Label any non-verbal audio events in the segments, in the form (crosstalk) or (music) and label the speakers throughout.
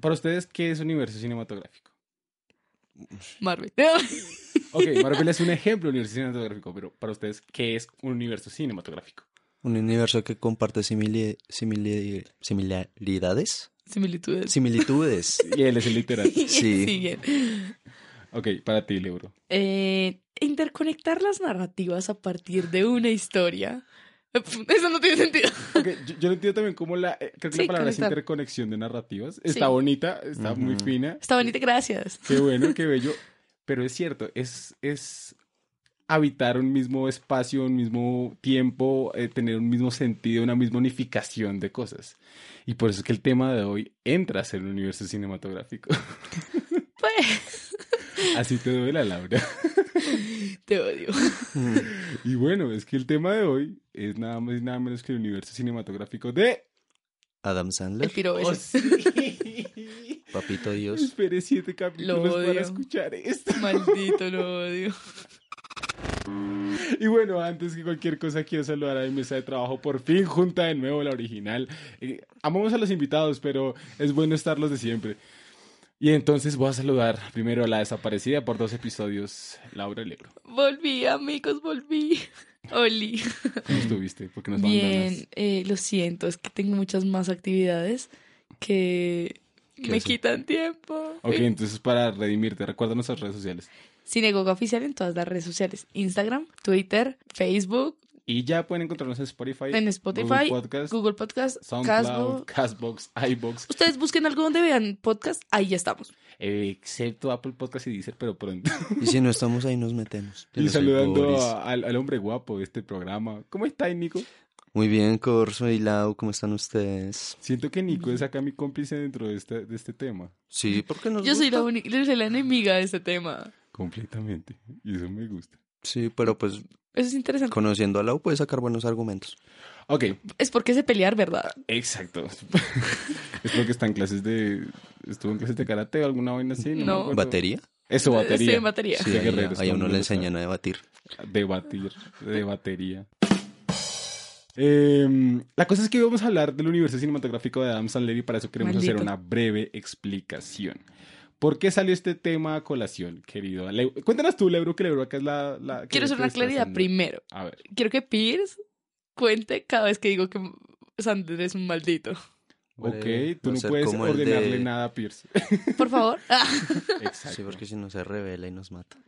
Speaker 1: Para ustedes, ¿qué es universo cinematográfico?
Speaker 2: (laughs) Marvel.
Speaker 1: Ok, Marvel es un ejemplo de universo cinematográfico, pero para ustedes, ¿qué es un universo cinematográfico?
Speaker 3: Un universo que comparte simili- simili- similaridades.
Speaker 1: (laughs)
Speaker 2: Similitudes.
Speaker 3: Similitudes.
Speaker 1: Y él es el literal.
Speaker 2: (laughs)
Speaker 3: Sí.
Speaker 2: Sigue.
Speaker 1: Ok, para ti, Leuro.
Speaker 2: Eh, interconectar las narrativas a partir de una historia. (laughs) Eso no tiene sentido.
Speaker 1: Ok, yo, yo lo entiendo también como la... eh, creo que
Speaker 2: Sí,
Speaker 1: la palabra
Speaker 2: conectar.
Speaker 1: es interconexión de narrativas. Está
Speaker 2: Sí.
Speaker 1: bonita, está muy
Speaker 3: Ujú.
Speaker 1: fina.
Speaker 2: Está bonita, gracias.
Speaker 1: Qué bueno, qué bello. Pero es cierto, es, es habitar un mismo espacio, un mismo tiempo, eh, tener un mismo sentido, una misma unificación de cosas. Y por eso es que el tema de hoy entra a ser un universo cinematográfico.
Speaker 2: Pues,
Speaker 1: Así te doy la Laura.
Speaker 2: te
Speaker 1: (laughs)
Speaker 2: odio.
Speaker 1: Y bueno, es que el tema de hoy es nada más y nada menos que el universo cinematográfico de...
Speaker 3: Adam
Speaker 2: El
Speaker 3: Sandler,
Speaker 2: piro
Speaker 1: ¡Oh,
Speaker 2: beso.
Speaker 1: (laughs) sí!
Speaker 3: papito Dios.
Speaker 1: Esperé siete capítulos
Speaker 2: odio.
Speaker 1: para escuchar esto.
Speaker 2: Maldito, lo odio.
Speaker 1: Y bueno, antes que cualquier cosa, quiero saludar a mi mesa de trabajo. Por fin junta de nuevo la original. Eh, amamos a los invitados, pero es bueno estarlos de siempre. Y entonces voy a saludar primero a la desaparecida por dos episodios, Laura Lebro.
Speaker 2: Volví, amigos, volví. Oli. (laughs)
Speaker 1: ¿Cómo estuviste? Porque nos abandonas.
Speaker 2: Bien, eh, lo siento, es que tengo muchas más actividades que me
Speaker 3: hace?
Speaker 2: quitan tiempo.
Speaker 1: Ok, entonces para redimirte, recuerda nuestras redes sociales.
Speaker 2: Sinagoga Oficial en todas las redes sociales: Instagram, Twitter, Facebook,
Speaker 1: Y ya pueden encontrarnos en Spotify,
Speaker 2: en Spotify,
Speaker 1: Google Podcast,
Speaker 2: Google Podcast,
Speaker 1: SoundCloud,
Speaker 2: Casbo.
Speaker 1: Castbox, iBox,
Speaker 2: Ustedes busquen algo donde vean podcast, ahí ya estamos.
Speaker 1: eh, excepto Apple Podcast y Deezer, pero pronto.
Speaker 3: Y si no estamos ahí, nos metemos.
Speaker 1: (laughs)
Speaker 3: Yo
Speaker 1: Y
Speaker 3: no soy
Speaker 1: saludando
Speaker 3: Boris.
Speaker 1: a- al, al hombre guapo de este programa. ¿Cómo está, Nico?
Speaker 3: Muy bien, Corso y Lau, ¿cómo están ustedes?
Speaker 1: Siento que Nico es acá mi cómplice dentro de este, de este tema.
Speaker 3: Sí, ¿por qué nos
Speaker 2: Yo soy la,
Speaker 3: gusta?
Speaker 2: única- yo soy la enemiga de este tema.
Speaker 1: Completamente. Y eso me gusta.
Speaker 3: Sí, pero pues
Speaker 2: Eso es interesante.
Speaker 3: conociendo a Lau puedes sacar buenos argumentos.
Speaker 1: Ok,
Speaker 2: Es porque se pelear, ¿verdad?
Speaker 1: exacto. (laughs) es porque está en clases de... Estuvo en clases de karate o alguna vaina así. No. me
Speaker 2: No.
Speaker 1: acuerdo.
Speaker 3: ¿Batería?
Speaker 1: Eso, batería.
Speaker 2: Sí, batería.
Speaker 3: Sí,
Speaker 1: De
Speaker 3: ahí,
Speaker 1: guerreros,
Speaker 3: ahí a
Speaker 1: todo
Speaker 3: uno
Speaker 1: el mundo
Speaker 3: le enseñan a debatir.
Speaker 1: Debatir. De batería. Em, la cosa es que hoy vamos a hablar del universo cinematográfico de Adam Sandler y para eso queremos
Speaker 2: Maldito.
Speaker 1: hacer una breve explicación. ¿Por qué salió este tema a colación, querido? Ale- Cuéntanos tú, Lebro, que Lebro acá es la... la que
Speaker 2: (laughs) Quiero hacer una
Speaker 1: está
Speaker 2: claridad
Speaker 1: haciendo.
Speaker 2: primero.
Speaker 1: A ver.
Speaker 2: Quiero que Pierce cuente cada vez que digo que Sander es un maldito.
Speaker 3: Breve,
Speaker 1: Ok, tú
Speaker 3: no
Speaker 1: no
Speaker 3: ser
Speaker 1: puedes
Speaker 3: como el de-
Speaker 1: ordenarle nada a (laughs) Pierce.
Speaker 2: Por favor. Ah,
Speaker 1: Exacto.
Speaker 3: Sí, porque si no se revela y nos mata.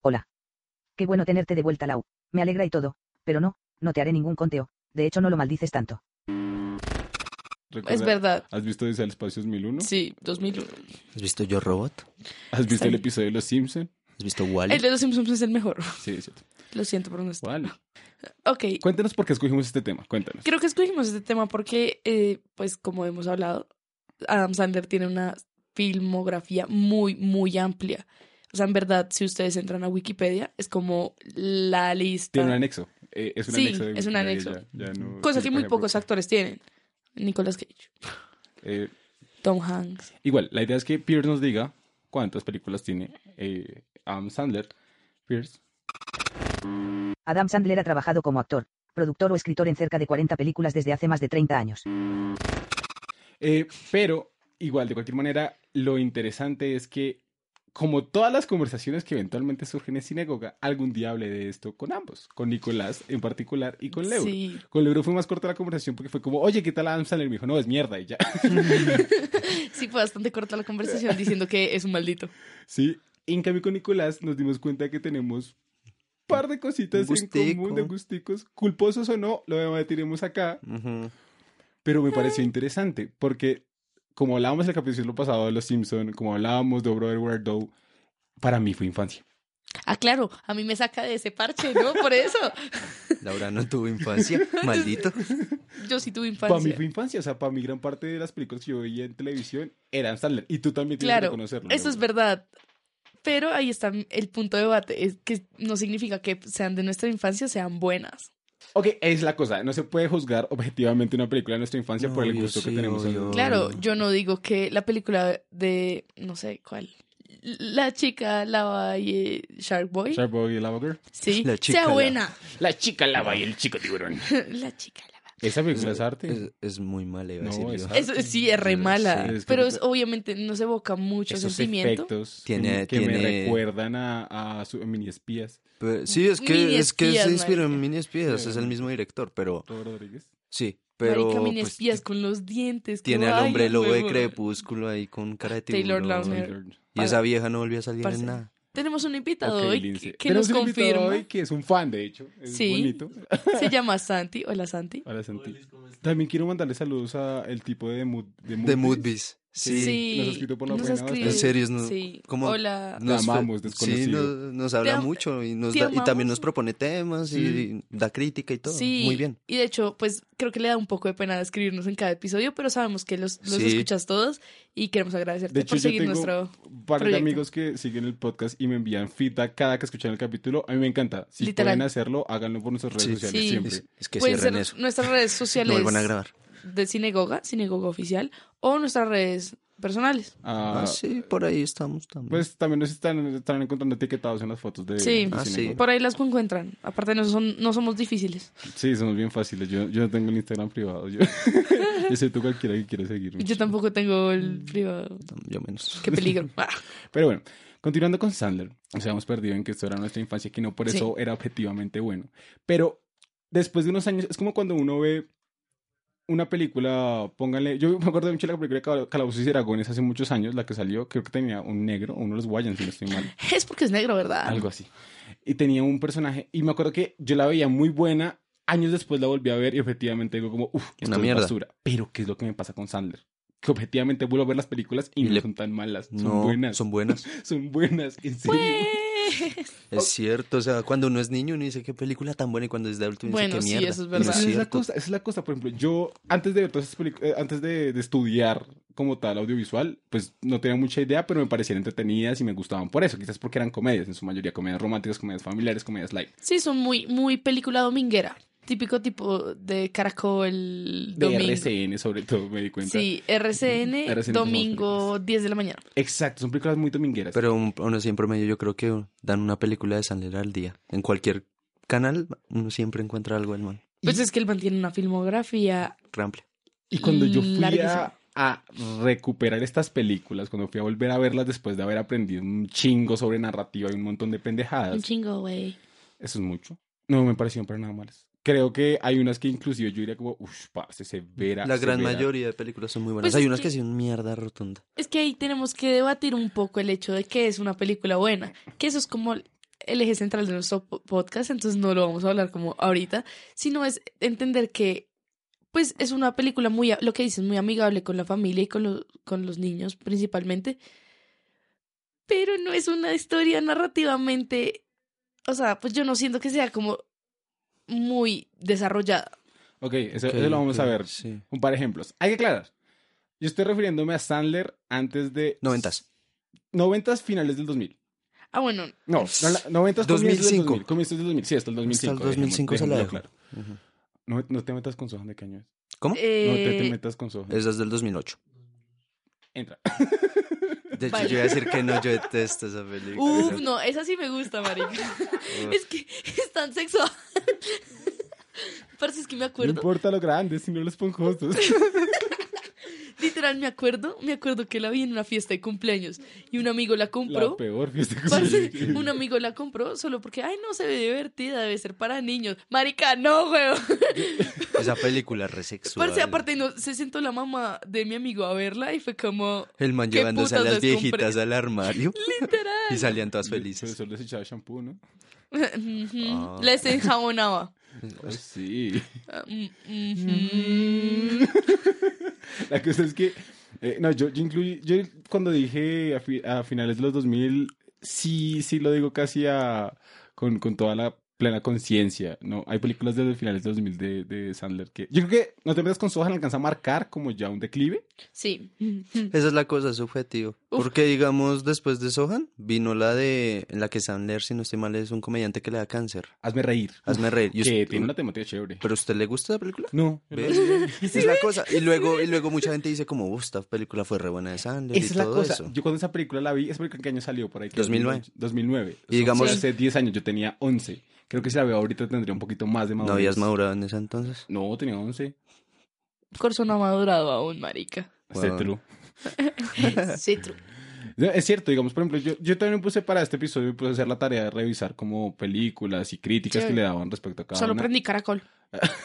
Speaker 4: Hola. Qué bueno tenerte de vuelta, Lau. Me alegra y todo, pero no, no te haré ningún conteo, de hecho no lo maldices tanto.
Speaker 1: Recuerda,
Speaker 2: es verdad.
Speaker 1: ¿Has visto desde el espacio 2001?
Speaker 2: Sí, 2001.
Speaker 3: ¿Has visto Yo Robot?
Speaker 1: ¿Has visto el
Speaker 2: Sí.
Speaker 1: episodio de Los Simpson?
Speaker 3: ¿Has visto Wally?
Speaker 2: El de los Simpsons es el mejor.
Speaker 1: Sí, es cierto.
Speaker 2: Lo siento por no estar.
Speaker 1: Vale.
Speaker 2: Ok.
Speaker 1: Cuéntanos por qué escogimos este tema. Cuéntanos.
Speaker 2: Creo que escogimos este tema porque, eh, pues, como hemos hablado, Adam Sandler tiene una filmografía muy, muy amplia. O sea, en verdad, si ustedes entran a Wikipedia, es como la lista.
Speaker 1: Tiene un anexo. Eh, es un
Speaker 2: Ah. Sí,
Speaker 1: anexo. de
Speaker 2: es un
Speaker 1: Wikipedia,
Speaker 2: anexo.
Speaker 1: ya- ya no-
Speaker 2: cosa
Speaker 1: sí,
Speaker 2: que
Speaker 1: por
Speaker 2: muy
Speaker 1: ejemplo,
Speaker 2: pocos actores tienen. Nicolas Cage,
Speaker 1: eh,
Speaker 2: Tom Hanks.
Speaker 1: igual, la idea es que Pierce nos diga cuántas películas tiene eh, Adam Sandler. Pierce.
Speaker 4: Adam Sandler ha trabajado como actor, productor o escritor en cerca de 40 películas desde hace más de 30 años.
Speaker 1: Eh, pero, igual, de cualquier manera, lo interesante es que, como todas las conversaciones que eventualmente surgen en Sinagoga, algún día hablé de esto con ambos, con Nicolás en particular y con Leo.
Speaker 2: Sí.
Speaker 1: Con Lebro fue más corta la conversación porque fue como, oye, ¿qué tal Adam Sandler? Y Me dijo, no, es mierda y ya. (laughs)
Speaker 2: Sí, fue bastante corta la conversación diciendo que es un maldito.
Speaker 1: Sí, en cambio con Nicolás nos dimos cuenta que tenemos un par de cositas
Speaker 3: Un
Speaker 1: en
Speaker 3: gustico.
Speaker 1: común, de gusticos, culposos o no, lo debatiremos acá.
Speaker 3: Ujú.
Speaker 1: Pero me pareció interesante porque, como hablábamos en el capítulo pasado de Los Simpson, como hablábamos de Oh Brother Where Art Thou, para mí fue infancia.
Speaker 2: Ah, claro, a mí me saca de ese parche, ¿no? Por eso.
Speaker 3: Laura no tuvo infancia, maldito.
Speaker 2: Yo sí tuve
Speaker 1: Para mí
Speaker 2: infancia.
Speaker 1: fue infancia, o sea, para mí gran parte de las películas que yo veía en televisión eran Sandler. Y tú también tienes que
Speaker 2: Claro,
Speaker 1: reconocerlo.
Speaker 2: eso es
Speaker 1: Laura.
Speaker 2: verdad. Pero ahí está el punto de debate, es que no significa que sean de nuestra infancia, sean buenas.
Speaker 1: Ok, es la cosa, no se puede juzgar objetivamente una película de nuestra infancia por el
Speaker 3: Obvio,
Speaker 1: gusto que
Speaker 3: sí,
Speaker 1: tenemos.
Speaker 3: obvio.
Speaker 2: Claro,
Speaker 3: Bueno.
Speaker 2: yo no digo que la película de, no sé cuál, la chica lava y eh, Shark Boy,
Speaker 1: Sharkboy y Lava Girl.
Speaker 2: sí,
Speaker 3: La chica
Speaker 2: sea
Speaker 3: lava.
Speaker 2: buena.
Speaker 1: La chica lava y el chico tiburón.
Speaker 2: la chica lava.
Speaker 1: Esa película es arte.
Speaker 3: Es, es muy mala, iba a
Speaker 1: No,
Speaker 3: decir
Speaker 1: es
Speaker 3: yo.
Speaker 1: arte.
Speaker 2: Es, sí, es re
Speaker 3: Sí,
Speaker 2: mala.
Speaker 1: sí, es que-
Speaker 2: pero es- obviamente no se evoca mucho
Speaker 1: Esos
Speaker 2: sentimiento.
Speaker 1: efectos
Speaker 3: Tiene-
Speaker 1: que me
Speaker 3: tiene-
Speaker 1: recuerdan a, a, su- a mini espías.
Speaker 3: Pero sí, es
Speaker 2: Mini
Speaker 3: que, es que
Speaker 2: espías,
Speaker 3: se inspiró en
Speaker 2: marica.
Speaker 3: Mini Espías,
Speaker 1: Sí.
Speaker 3: es el mismo director, pero
Speaker 1: Rob Rodríguez.
Speaker 3: sí,
Speaker 2: Pero,
Speaker 3: pero
Speaker 2: Marica, mini
Speaker 3: pues,
Speaker 2: espías con los dientes.
Speaker 3: tiene
Speaker 2: como,
Speaker 3: al
Speaker 2: ay,
Speaker 3: hombre lobo de
Speaker 2: huevón.
Speaker 3: crepúsculo ahí con cara de
Speaker 2: Taylor
Speaker 3: tiburón.
Speaker 2: Lautner.
Speaker 3: Y esa vieja no volvió a salir
Speaker 2: Parce.
Speaker 3: en nada.
Speaker 2: Tenemos un invitado
Speaker 1: Ok,
Speaker 2: hoy
Speaker 1: Lindsay.
Speaker 2: que- que
Speaker 1: Tenemos
Speaker 2: nos
Speaker 1: un invitado
Speaker 2: confirma.
Speaker 1: hoy que es un fan, de hecho. Es
Speaker 2: Sí.
Speaker 1: bonito.
Speaker 2: Se llama Santi. Hola, Santi.
Speaker 1: Ahora sentí. También quiero mandarle saludos a el tipo de Mood. De
Speaker 3: De
Speaker 1: Beats.
Speaker 3: Moodbees. Sí.
Speaker 1: nos ha escrito por la
Speaker 2: nos
Speaker 1: buena
Speaker 2: escribe,
Speaker 1: bastante.
Speaker 3: En serio, no-
Speaker 2: sí.
Speaker 3: ¿cómo?
Speaker 2: Hola.
Speaker 1: Te amamos,
Speaker 3: sí,
Speaker 1: desconocido.
Speaker 3: nos, nos habla
Speaker 2: am-
Speaker 3: mucho y, nos
Speaker 2: te
Speaker 3: da- y
Speaker 2: amamos.
Speaker 3: también nos propone temas
Speaker 1: Sí.
Speaker 3: y da crítica y todo.
Speaker 2: Sí,
Speaker 3: Muy bien.
Speaker 2: Y de hecho, pues creo que le da un poco de pena escribirnos en cada episodio, pero sabemos que los, los
Speaker 3: Sí.
Speaker 2: escuchas todos y queremos agradecerte
Speaker 1: De hecho,
Speaker 2: por
Speaker 1: yo
Speaker 2: seguir
Speaker 1: tengo
Speaker 2: nuestro.
Speaker 1: un par de
Speaker 2: proyecto.
Speaker 1: amigos que siguen el podcast y me envían feedback cada que escuchan el capítulo. A mí me encanta. Si
Speaker 2: Literal.
Speaker 1: pueden hacerlo, háganlo por nuestras redes
Speaker 3: Sí,
Speaker 1: sociales
Speaker 2: sí.
Speaker 1: siempre.
Speaker 3: Es, es que
Speaker 2: Pueden ser
Speaker 3: cierren eso.
Speaker 2: nuestras
Speaker 3: (laughs)
Speaker 2: redes
Speaker 3: No
Speaker 2: sociales
Speaker 3: vuelvan a grabar.
Speaker 2: de Sinagoga, Sinagoga Oficial, o nuestras redes personales.
Speaker 1: Ah,
Speaker 3: Ah, sí, por ahí estamos también.
Speaker 1: Pues también nos están, están encontrando etiquetados en las fotos de.
Speaker 2: Sí.
Speaker 1: de
Speaker 3: Ah,
Speaker 1: Cine
Speaker 3: sí.
Speaker 1: Go.
Speaker 2: Por ahí las encuentran. Aparte, no, son, no somos difíciles.
Speaker 1: Sí, somos bien fáciles. Yo, yo no tengo el Instagram privado. Yo, (laughs) yo soy tú cualquiera que quiera seguirme.
Speaker 2: Yo tampoco tengo el privado.
Speaker 3: yo menos.
Speaker 2: Qué
Speaker 3: (laughs)
Speaker 2: peligro. Ah,
Speaker 1: Pero bueno, continuando con Sandler, nos habíamos perdido en que esto era nuestra infancia, que no por
Speaker 2: Sí.
Speaker 1: eso era objetivamente bueno. Pero después de unos años, es como cuando uno ve una película, pónganle, yo me acuerdo mucho de la película de Cala- Calabozos y Dragones hace muchos años, la que salió, creo que tenía un negro, uno de los Wayans, si no estoy mal.
Speaker 2: es porque es negro,
Speaker 3: Ah.
Speaker 2: ¿verdad?
Speaker 1: Algo así. Y tenía un personaje, y me acuerdo que yo la veía muy buena, años después la volví a ver y objetivamente digo como, uff,
Speaker 3: Una mierda.
Speaker 1: basura. Pero, ¿qué es lo que me pasa con Sandler? Que objetivamente vuelvo a ver las películas y,
Speaker 3: Y
Speaker 1: no
Speaker 3: le-
Speaker 1: son tan malas, son
Speaker 3: No,
Speaker 1: buenas.
Speaker 3: son buenas.
Speaker 1: Son buenas, en serio.
Speaker 2: Pues,
Speaker 3: Es cierto, o sea, cuando uno es niño uno dice qué película tan buena y cuando es de adulto uno
Speaker 2: Bueno,
Speaker 3: dice
Speaker 2: sí,
Speaker 3: qué mierda.
Speaker 2: eso es
Speaker 3: Y
Speaker 2: Pues, verdad.
Speaker 1: Esa es la
Speaker 3: cierto.
Speaker 1: cosa, esa es la cosa. Por ejemplo, yo antes de ver todas esas películas, eh, antes de, de estudiar como tal audiovisual, pues no tenía mucha idea, pero me parecían entretenidas y me gustaban por eso. Quizás porque eran comedias, en su mayoría comedias románticas, comedias familiares, comedias light.
Speaker 2: sí, son muy, muy película dominguera. Típico tipo de caracol
Speaker 1: De
Speaker 2: domingo.
Speaker 1: RCN sobre todo, me di cuenta.
Speaker 2: Sí, RCN,
Speaker 1: RCN es
Speaker 2: domingo 10 de la mañana.
Speaker 1: Exacto, son películas muy domingueras.
Speaker 3: Pero un- aún así en promedio yo creo que dan una película de Sandler al día. En cualquier canal uno siempre encuentra algo del man.
Speaker 2: Pues es que él mantiene una filmografía.
Speaker 3: Rample.
Speaker 1: Y cuando yo fui
Speaker 2: Larguísimo.
Speaker 1: a, a recuperar estas películas, cuando fui a volver a verlas después de haber aprendido un chingo sobre narrativa y un montón de pendejadas,
Speaker 2: Un chingo, güey.
Speaker 1: Eso es mucho. No me parecieron para nada malas. Creo que hay unas que inclusive yo diría como, uff, parce, severa.
Speaker 3: La gran
Speaker 1: severa".
Speaker 3: mayoría de películas son muy buenas.
Speaker 2: Pues
Speaker 3: Hay
Speaker 2: es
Speaker 3: unas
Speaker 2: que-
Speaker 3: que son mierda rotunda.
Speaker 2: Es que ahí tenemos que debatir un poco el hecho de que es una película buena. Que eso es como el eje central de nuestro po- podcast, entonces no lo vamos a hablar como ahorita, sino es entender que pues es una película muy, a- lo que dices, muy amigable con la familia y con, lo- con los niños principalmente, pero no es una historia narrativamente, o sea, pues yo no siento que sea como muy desarrollada.
Speaker 1: Ok, eso,
Speaker 3: Ok,
Speaker 1: eso lo vamos
Speaker 3: ok,
Speaker 1: a ver.
Speaker 3: Sí.
Speaker 1: Un par de ejemplos. Hay que aclarar. Yo estoy refiriéndome a Sandler antes de...
Speaker 3: Noventas.
Speaker 1: Noventas finales del 2000.
Speaker 2: Ah, bueno,
Speaker 1: No, no la- noventas comienzos del
Speaker 3: 2005.
Speaker 1: 2000. Comienzos del 2000. Sí, hasta el 2005.
Speaker 3: Hasta el 2005 se la
Speaker 1: dejemos-
Speaker 3: dejo.
Speaker 1: dejémoslo claro. No, no te metas con Sohan de qué año es.
Speaker 3: ¿Cómo?
Speaker 1: No te, te
Speaker 2: eh,
Speaker 1: metas con Sohan.
Speaker 3: Esa es del 2008.
Speaker 1: Entra.
Speaker 3: De hecho,
Speaker 2: Vale.
Speaker 3: yo iba a decir que no, yo detesto esa película. (laughs)
Speaker 2: Uf, no, esa sí me gusta, marica.
Speaker 3: Uf.
Speaker 2: Es que es tan sexual. (laughs) Parece es que me
Speaker 1: No
Speaker 2: acuerdo.
Speaker 1: importa lo grande, sino los esponjosos.
Speaker 2: Literal, me acuerdo. Me acuerdo que la vi en una fiesta de cumpleaños. Y un amigo la
Speaker 1: La
Speaker 2: compró.
Speaker 1: peor fiesta que
Speaker 2: Parce,
Speaker 1: se me-
Speaker 2: un amigo la compró solo porque, ay, no, se ve divertida, debe ser para niños. Marica, no, weón.
Speaker 3: Esa película resexual.
Speaker 2: Parce, aparte, no, se sentó la mamá de mi amigo a verla y fue como,
Speaker 3: El man
Speaker 2: ¿Qué
Speaker 3: llevándose a
Speaker 2: putas
Speaker 3: las
Speaker 2: les compré?
Speaker 3: viejitas
Speaker 2: (laughs)
Speaker 3: al armario y
Speaker 2: literal.
Speaker 3: salían todas
Speaker 1: Pero
Speaker 3: felices.
Speaker 1: Pues solo les echaba shampoo, ¿no?
Speaker 2: Ujú.
Speaker 3: Ah.
Speaker 2: Les
Speaker 3: (laughs)
Speaker 2: enjabonaba.
Speaker 1: Oh,
Speaker 3: Pues
Speaker 1: sí.
Speaker 2: Ah, mm, ujú.
Speaker 1: La cosa es que, eh, no, yo, yo incluí, yo cuando dije a, fi- a finales de los 2000, sí, sí lo digo casi a, con, con toda la plena conciencia, ¿no? Hay películas de los finales de los 2000 de, de Sandler que, yo creo que
Speaker 3: (laughs)
Speaker 1: No te metas con Sohan alcanza a marcar como ya un declive.
Speaker 2: Sí.
Speaker 3: Esa es la cosa, es subjetivo.
Speaker 2: Uf.
Speaker 3: Porque, digamos, después de Sohan, vino la de. En la que Sandler, si no estoy mal, es un comediante que le da cáncer.
Speaker 1: Hazme reír.
Speaker 3: Hazme reír. Y
Speaker 1: Que
Speaker 3: usted-
Speaker 1: tiene una temática chévere.
Speaker 3: ¿Pero a usted le gusta la película?
Speaker 1: No.
Speaker 3: ¿Ve?
Speaker 1: (laughs)
Speaker 3: es la cosa. Y luego, y luego mucha gente dice, como, "Uf, esta película fue re buena de Sandler
Speaker 1: Esa
Speaker 3: y
Speaker 1: es la
Speaker 3: todo
Speaker 1: cosa.
Speaker 3: eso.
Speaker 1: Yo cuando esa película la vi, ¿esa película en qué año salió por ahí?
Speaker 3: 2009.
Speaker 1: 2009.
Speaker 3: Y digamos-
Speaker 1: Son hace 10 años, yo tenía 11. Creo que si la veo ahorita tendría un poquito más de madurez.
Speaker 3: ¿No habías madurado en ese entonces?
Speaker 1: No, tenía 11.
Speaker 2: Corso no ha madurado
Speaker 1: (laughs)
Speaker 2: aún, marica.
Speaker 3: Wow.
Speaker 1: Cételo.
Speaker 2: Sí, true.
Speaker 1: No, Es cierto, digamos, por ejemplo, yo, yo también me puse para este episodio, me puse a hacer la tarea de revisar como películas y críticas
Speaker 2: Sí.
Speaker 1: que le daban respecto a cada
Speaker 2: Solo
Speaker 1: una.
Speaker 2: prendí caracol.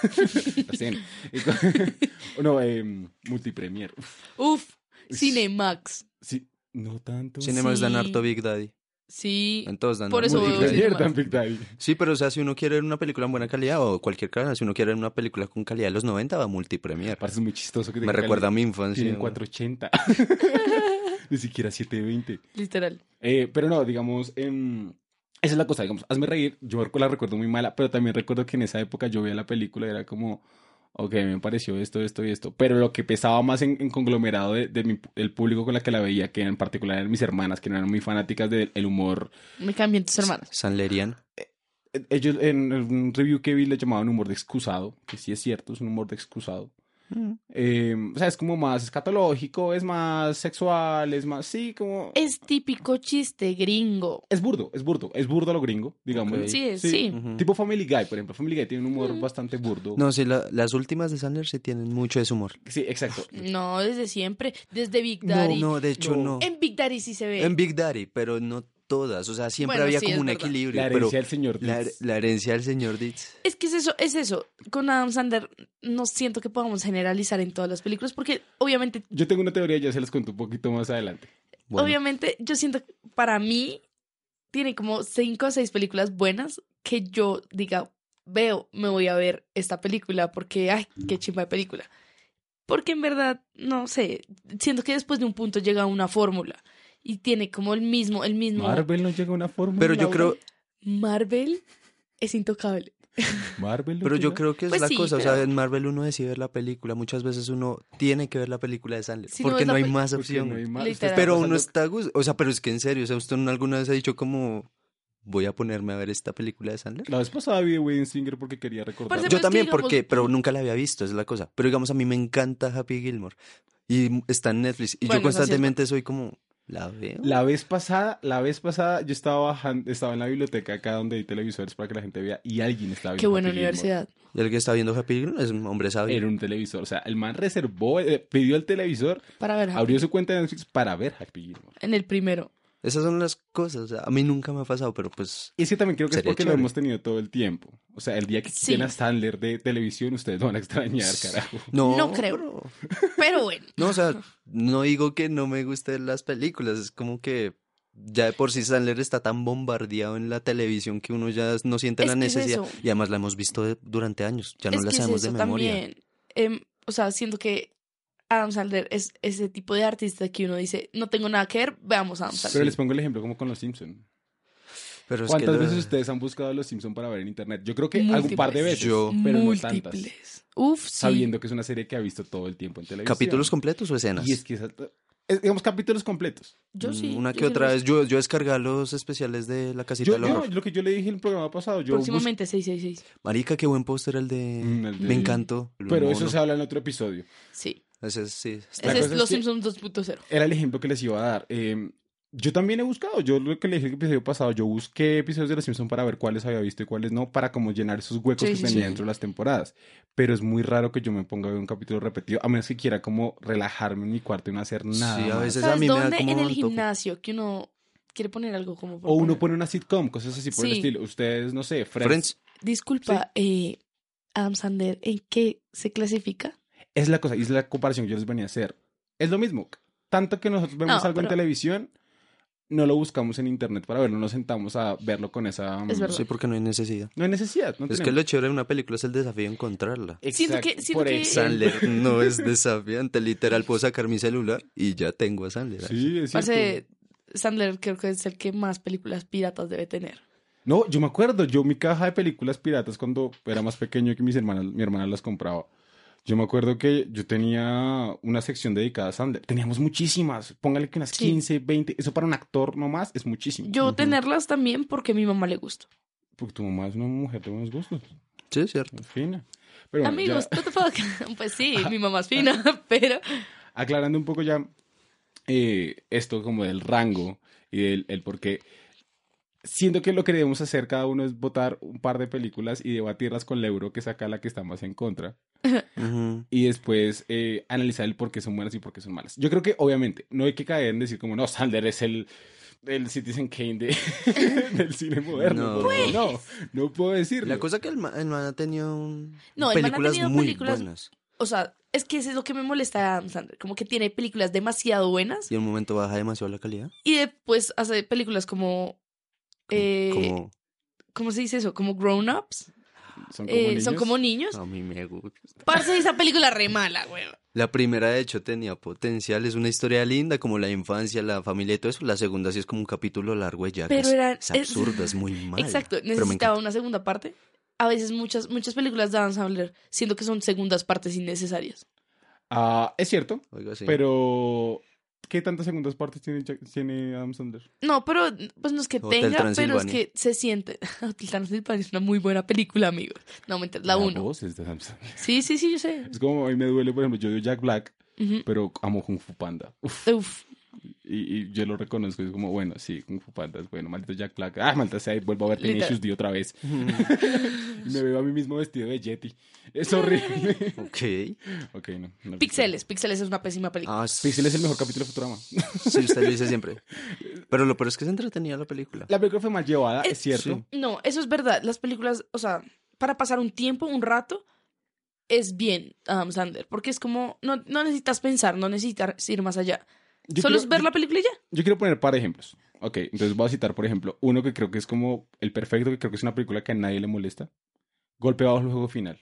Speaker 1: (laughs) Recién. Y co- (laughs) no, em, multipremier. Uf,
Speaker 2: Uf, Cinemax.
Speaker 1: sí, no tanto.
Speaker 3: Cinemas dan
Speaker 2: Sí.
Speaker 3: harto Big Daddy.
Speaker 2: Sí.
Speaker 3: Entonces dan
Speaker 2: Por eso
Speaker 3: harto Big Daddy.
Speaker 1: multipremier tan
Speaker 2: Cinemax.
Speaker 1: Big Daddy.
Speaker 3: Sí, pero o sea, si uno quiere ver una película en buena calidad o cualquier cara, si uno quiere ver una película con calidad de los 90, va a Multipremier.
Speaker 1: Parece muy chistoso que
Speaker 3: Me
Speaker 1: tenga
Speaker 3: recuerda a mi
Speaker 1: calidad.
Speaker 3: infancia.
Speaker 1: Tienen
Speaker 3: güey.
Speaker 1: 480. Ni siquiera 720.
Speaker 2: Literal.
Speaker 1: Eh, pero no, digamos, em, esa es la cosa, digamos, hazme reír, yo la recuerdo muy mala, pero también recuerdo que en esa época yo veía la película y era como, ok, me pareció esto, esto y esto, pero lo que pesaba más en, en conglomerado de, de mi- del público con la que la veía, que en particular eran mis hermanas, que no eran muy fanáticas del el humor,
Speaker 2: Me cambian tus hermanas.
Speaker 3: Sanlerian.
Speaker 1: eh, ellos en un review que vi le llamaban humor de excusado, que sí es cierto, es un humor de excusado. Eh, o sea, es como más escatológico, es más sexual, es más, sí, como...
Speaker 2: Es típico chiste gringo.
Speaker 1: Es burdo, es burdo, es burdo a lo gringo, digamos.
Speaker 3: Ok.
Speaker 2: Sí, es- sí.
Speaker 3: Ujú. Mm.
Speaker 1: Tipo Family Guy, por ejemplo. Family Guy tiene un humor bastante burdo.
Speaker 3: No, sí, la- las últimas de Sandler sí tienen mucho de su humor.
Speaker 1: Sí, exacto.
Speaker 2: No, desde siempre. Desde Big
Speaker 3: No,
Speaker 2: Daddy.
Speaker 3: no, de hecho
Speaker 1: No.
Speaker 3: no.
Speaker 2: En Big Daddy sí se ve.
Speaker 3: En Big Daddy, pero no todas. O sea, siempre
Speaker 2: Bueno,
Speaker 3: había
Speaker 2: sí, es
Speaker 3: como un
Speaker 2: verdad.
Speaker 3: equilibrio.
Speaker 1: La
Speaker 3: pero
Speaker 1: herencia del señor
Speaker 3: la,
Speaker 1: Dietz.
Speaker 3: la herencia del señor Ditz.
Speaker 2: Es que es eso, es eso. Con Adam Sandler no siento que podamos generalizar en todas las películas porque obviamente,
Speaker 1: Yo tengo una teoría, ya se las cuento un poquito más adelante.
Speaker 3: Bueno,
Speaker 2: obviamente yo siento que para mí tiene como cinco o seis películas buenas que yo diga, veo, me voy a ver esta película porque, ay, qué chimba de película. Porque en verdad, no sé, siento que después de un punto llega una fórmula y tiene como el mismo, el mismo...
Speaker 1: Marvel no llega a una fórmula.
Speaker 3: Pero yo creo,
Speaker 2: Marvel es intocable.
Speaker 1: Marvel no
Speaker 3: pero yo
Speaker 1: llega-
Speaker 3: creo que es
Speaker 2: Pues
Speaker 3: la
Speaker 2: sí,
Speaker 3: cosa. O sea,
Speaker 2: pero-
Speaker 3: en Marvel uno decide ver la película. Muchas veces uno tiene que ver la película de Sandler.
Speaker 2: Si no
Speaker 3: porque
Speaker 2: ves
Speaker 3: no,
Speaker 2: la
Speaker 3: hay
Speaker 2: pel-
Speaker 3: más
Speaker 1: Porque
Speaker 3: opción.
Speaker 1: no hay
Speaker 3: güey.
Speaker 1: más.
Speaker 2: Literal.
Speaker 1: Usted está
Speaker 3: pero
Speaker 1: pasando-
Speaker 3: uno está... gus- O sea, pero es que en serio. O sea, usted alguna vez ha dicho como... Voy a ponerme a ver esta película de Sandler.
Speaker 1: La vez pasada vi de Wayne Singer porque quería recordar.
Speaker 2: Parce,
Speaker 3: Yo
Speaker 2: es que
Speaker 3: también,
Speaker 2: digamos-
Speaker 3: porque, pero nunca la había visto, es la cosa. Pero digamos, a mí me encanta Happy Gilmore. Y está en Netflix. Y
Speaker 2: Bueno,
Speaker 3: yo
Speaker 2: eso sí es
Speaker 3: constantemente soy como, ¿la veo?
Speaker 1: La vez pasada, la vez pasada yo estaba bajando, estaba en la biblioteca acá donde hay televisores para que la gente vea y alguien estaba viendo.
Speaker 2: Qué buena
Speaker 1: Happy Gilmore.
Speaker 2: universidad.
Speaker 3: Y el que está viendo Happy Gilmore es un hombre sabio.
Speaker 1: Era un televisor, o sea, el man reservó, eh, pidió el televisor,
Speaker 2: Para ver. Happy
Speaker 1: abrió su cuenta de Netflix para ver Happy Gilmore.
Speaker 2: En el primero.
Speaker 3: Esas son las cosas. o sea, a mí nunca me ha pasado, pero pues...
Speaker 1: Y es que también creo que
Speaker 3: Sería
Speaker 1: es porque lo
Speaker 3: chévere.
Speaker 1: hemos tenido todo el tiempo. O sea, el día que
Speaker 2: Sí.
Speaker 1: quiten a Sandler de televisión, ustedes lo van a extrañar, carajo.
Speaker 3: No,
Speaker 2: No creo.
Speaker 3: pero-
Speaker 2: Pero bueno.
Speaker 3: no, o sea, no digo que no me gusten las películas. Es como que ya de por sí Sandler está tan bombardeado en la televisión que uno ya no siente
Speaker 2: Es
Speaker 3: la
Speaker 2: que es
Speaker 3: necesidad.
Speaker 2: eso.
Speaker 3: y además la hemos visto de- durante años. Ya no
Speaker 2: es
Speaker 3: la
Speaker 2: que es
Speaker 3: sabemos
Speaker 2: eso
Speaker 3: de memoria.
Speaker 2: también. Em, o sea, siento que Adam Sandler es ese tipo de artista que uno dice, no tengo nada que ver, veamos a Adam
Speaker 1: Pero
Speaker 2: Sandler.
Speaker 1: les pongo el ejemplo como con los Simpson.
Speaker 3: ah, Pero es que
Speaker 1: ¿Cuántas
Speaker 3: la-
Speaker 1: veces ustedes han buscado a los Simpson para ver en internet? Yo creo que algún
Speaker 2: Múltiples.
Speaker 1: par de veces,
Speaker 3: Yo-
Speaker 1: pero no tantas.
Speaker 2: Múltiples. Uf, sí.
Speaker 1: Sabiendo que es una serie que ha visto todo el tiempo en televisión.
Speaker 3: ¿Capítulos completos o escenas?
Speaker 1: Y es que esa- es- digamos capítulos completos.
Speaker 2: Yo sí.
Speaker 3: Una
Speaker 2: yo sí
Speaker 3: que otra
Speaker 2: lo-
Speaker 3: vez. Yo, yo descargaba los especiales de La Casita
Speaker 1: Yo,
Speaker 3: del
Speaker 1: yo-
Speaker 3: Horror.
Speaker 1: lo que yo le dije en el programa pasado, yo bus-
Speaker 2: Próximamente 666.
Speaker 3: Marica, qué buen póster el de...
Speaker 1: Mm, el de-
Speaker 3: Me encantó. El
Speaker 1: Pero
Speaker 3: mono.
Speaker 1: eso se habla en otro episodio.
Speaker 2: Sí.
Speaker 3: Ese es- sí. está-
Speaker 1: La
Speaker 2: Ese es
Speaker 1: cosa es
Speaker 2: Los
Speaker 1: que-
Speaker 2: Simpsons 2.0.
Speaker 1: Era el ejemplo que les iba a dar. Eh, yo también he buscado, yo lo que le dije en el episodio pasado, yo busqué episodios de Los Simpson para ver cuáles había visto y cuáles no, para como llenar esos huecos
Speaker 2: Sí,
Speaker 1: que
Speaker 2: sí,
Speaker 1: tenía
Speaker 3: sí.
Speaker 1: dentro de las temporadas. Pero es muy raro que yo me ponga a ver un capítulo repetido, a menos que quiera como relajarme en mi cuarto y no hacer nada.
Speaker 3: Sí, a
Speaker 1: más.
Speaker 3: veces a
Speaker 2: ¿Sabes
Speaker 3: mí me da
Speaker 2: dónde?
Speaker 3: como
Speaker 2: En el
Speaker 3: antojo.
Speaker 2: gimnasio, que uno quiere poner algo como... por
Speaker 1: O uno
Speaker 2: poner.
Speaker 1: pone una sitcom, cosas así por el
Speaker 2: Sí.
Speaker 1: estilo. Ustedes, no sé, Friends.
Speaker 3: Friends.
Speaker 2: Disculpa, eh, Adam Sandler, ¿en qué se clasifica?
Speaker 1: Es la cosa, y es la comparación que yo les venía a hacer. Es lo mismo. Tanto que nosotros vemos
Speaker 2: No,
Speaker 1: algo en
Speaker 2: pero-
Speaker 1: televisión, no lo buscamos en internet para verlo, no nos sentamos a verlo con esa...
Speaker 2: Es verdad.
Speaker 3: Sí, porque no hay necesidad.
Speaker 1: No hay necesidad. No
Speaker 3: es que
Speaker 1: tenemos.
Speaker 3: lo chévere de una película es el desafío de encontrarla.
Speaker 2: Siento que- siento
Speaker 1: por
Speaker 2: que-
Speaker 1: ejemplo.
Speaker 3: Sandler no es desafiante, literal. Puedo sacar mi celular y ya tengo a Sandler.
Speaker 1: Sí, es cierto.
Speaker 2: Parce, Sandler creo que es el que más películas piratas debe tener.
Speaker 1: No, yo me acuerdo, yo mi caja de películas piratas cuando era más pequeño que mis hermanas, mi hermana las compraba. Yo me acuerdo que yo tenía una sección dedicada a Sandler. Teníamos muchísimas. Póngale que unas
Speaker 2: Sí.
Speaker 1: 15, 20. Eso para un actor nomás es muchísimo.
Speaker 2: Yo
Speaker 3: Ujú.
Speaker 2: tenerlas también porque a mi mamá le gusta.
Speaker 1: Porque tu mamá es una mujer de buenos gustos.
Speaker 3: Sí, es cierto.
Speaker 1: es Fina. Pero bueno, ya-
Speaker 2: Amigos, what the fuck? Pues sí, mi mamá es fina, (laughs) pero
Speaker 1: aclarando un poco ya eh, esto como del rango y del el por qué. Siento que lo que debemos hacer cada uno es votar un par de películas y debatirlas con la euro que saca la que está más en contra.
Speaker 3: Ujú.
Speaker 1: Y después eh, analizar el por qué son buenas y por qué son malas. Yo creo que obviamente no hay que caer en decir como no, Sander es el, el Citizen Kane de- (laughs) del cine moderno.
Speaker 3: No.
Speaker 1: porque No,
Speaker 2: Pues.
Speaker 1: no, puedo decirlo.
Speaker 3: La cosa que el, ma- el man ha tenido un-
Speaker 2: No, el man ha
Speaker 3: películas
Speaker 2: tenido
Speaker 3: muy
Speaker 2: películas-
Speaker 3: buenas.
Speaker 2: o sea, es que eso es lo que me molesta de Adam Sandler, como que tiene películas demasiado buenas
Speaker 3: Y en un momento baja demasiado la calidad.
Speaker 2: y después hace películas como eh,
Speaker 3: Como
Speaker 2: ¿cómo se dice eso? Como grown ups,
Speaker 1: Son como
Speaker 2: eh, son
Speaker 1: niños.
Speaker 2: como niños.
Speaker 3: a mí me gusta.
Speaker 2: Parce, esa película re mala, güey.
Speaker 3: La primera, de hecho, tenía potencial. Es una historia linda, como la infancia, la familia y todo eso. La segunda sí es como un capítulo largo de Jackass.
Speaker 2: Pero era-
Speaker 3: Es absurdo, es muy mal.
Speaker 2: Exacto,
Speaker 3: me
Speaker 2: necesitaba
Speaker 3: encanta.
Speaker 2: una segunda parte. A veces muchas muchas películas de Adam Sandler siento que son segundas partes innecesarias.
Speaker 1: Ah, es cierto,
Speaker 3: Algo así.
Speaker 1: pero ¿qué tantas segundas partes tiene, Jack- tiene Adam Sandler?
Speaker 2: No, pero pues no es que
Speaker 3: Hotel
Speaker 2: tenga, pero es
Speaker 3: Transilvania.
Speaker 2: que se siente. (laughs) Hotel Transilvania es una muy buena película, amigos. No, mentira,
Speaker 3: Ah,
Speaker 2: la uno.
Speaker 1: voz es de Adam Sandler.
Speaker 2: Sí, sí, sí, yo sé.
Speaker 1: Es como a mí me duele, por ejemplo, yo odio Jack Black,
Speaker 2: Ujú.
Speaker 1: pero amo Kung Fu Panda. Uf,
Speaker 2: Uf,
Speaker 1: y, y yo lo reconozco, es como, bueno, sí, Kung Fu Panda es bueno, maldito Jack Black. Ah, maldita sea, y vuelvo a ver
Speaker 2: Literal.
Speaker 1: Tenacious D otra vez. (laughs) Y me veo a mí mismo vestido de Yeti. Es
Speaker 2: (laughs)
Speaker 1: horrible.
Speaker 3: ok.
Speaker 1: ok, no. no
Speaker 2: Pixeles. Pixeles es una pésima película.
Speaker 3: Ah,
Speaker 1: Pixeles es el mejor capítulo de Futurama.
Speaker 3: Sí, usted lo dice siempre. Pero lo peor es que se entretenía la película.
Speaker 1: La película fue mal llevada,
Speaker 2: Eh,
Speaker 1: es cierto.
Speaker 3: sí.
Speaker 2: No, eso es verdad. Las películas, o sea, para pasar un tiempo, un rato, es bien Adam Sandler. Porque es como, no, no necesitas pensar, no necesitas ir más allá.
Speaker 1: Yo
Speaker 2: Solo
Speaker 1: creo-
Speaker 2: es ver la película y ya.
Speaker 1: Yo quiero poner par de ejemplos. Ok, entonces voy a citar, por ejemplo, uno que creo que es como el perfecto, que creo que es una película que a nadie le molesta. Golpe bajo el juego final.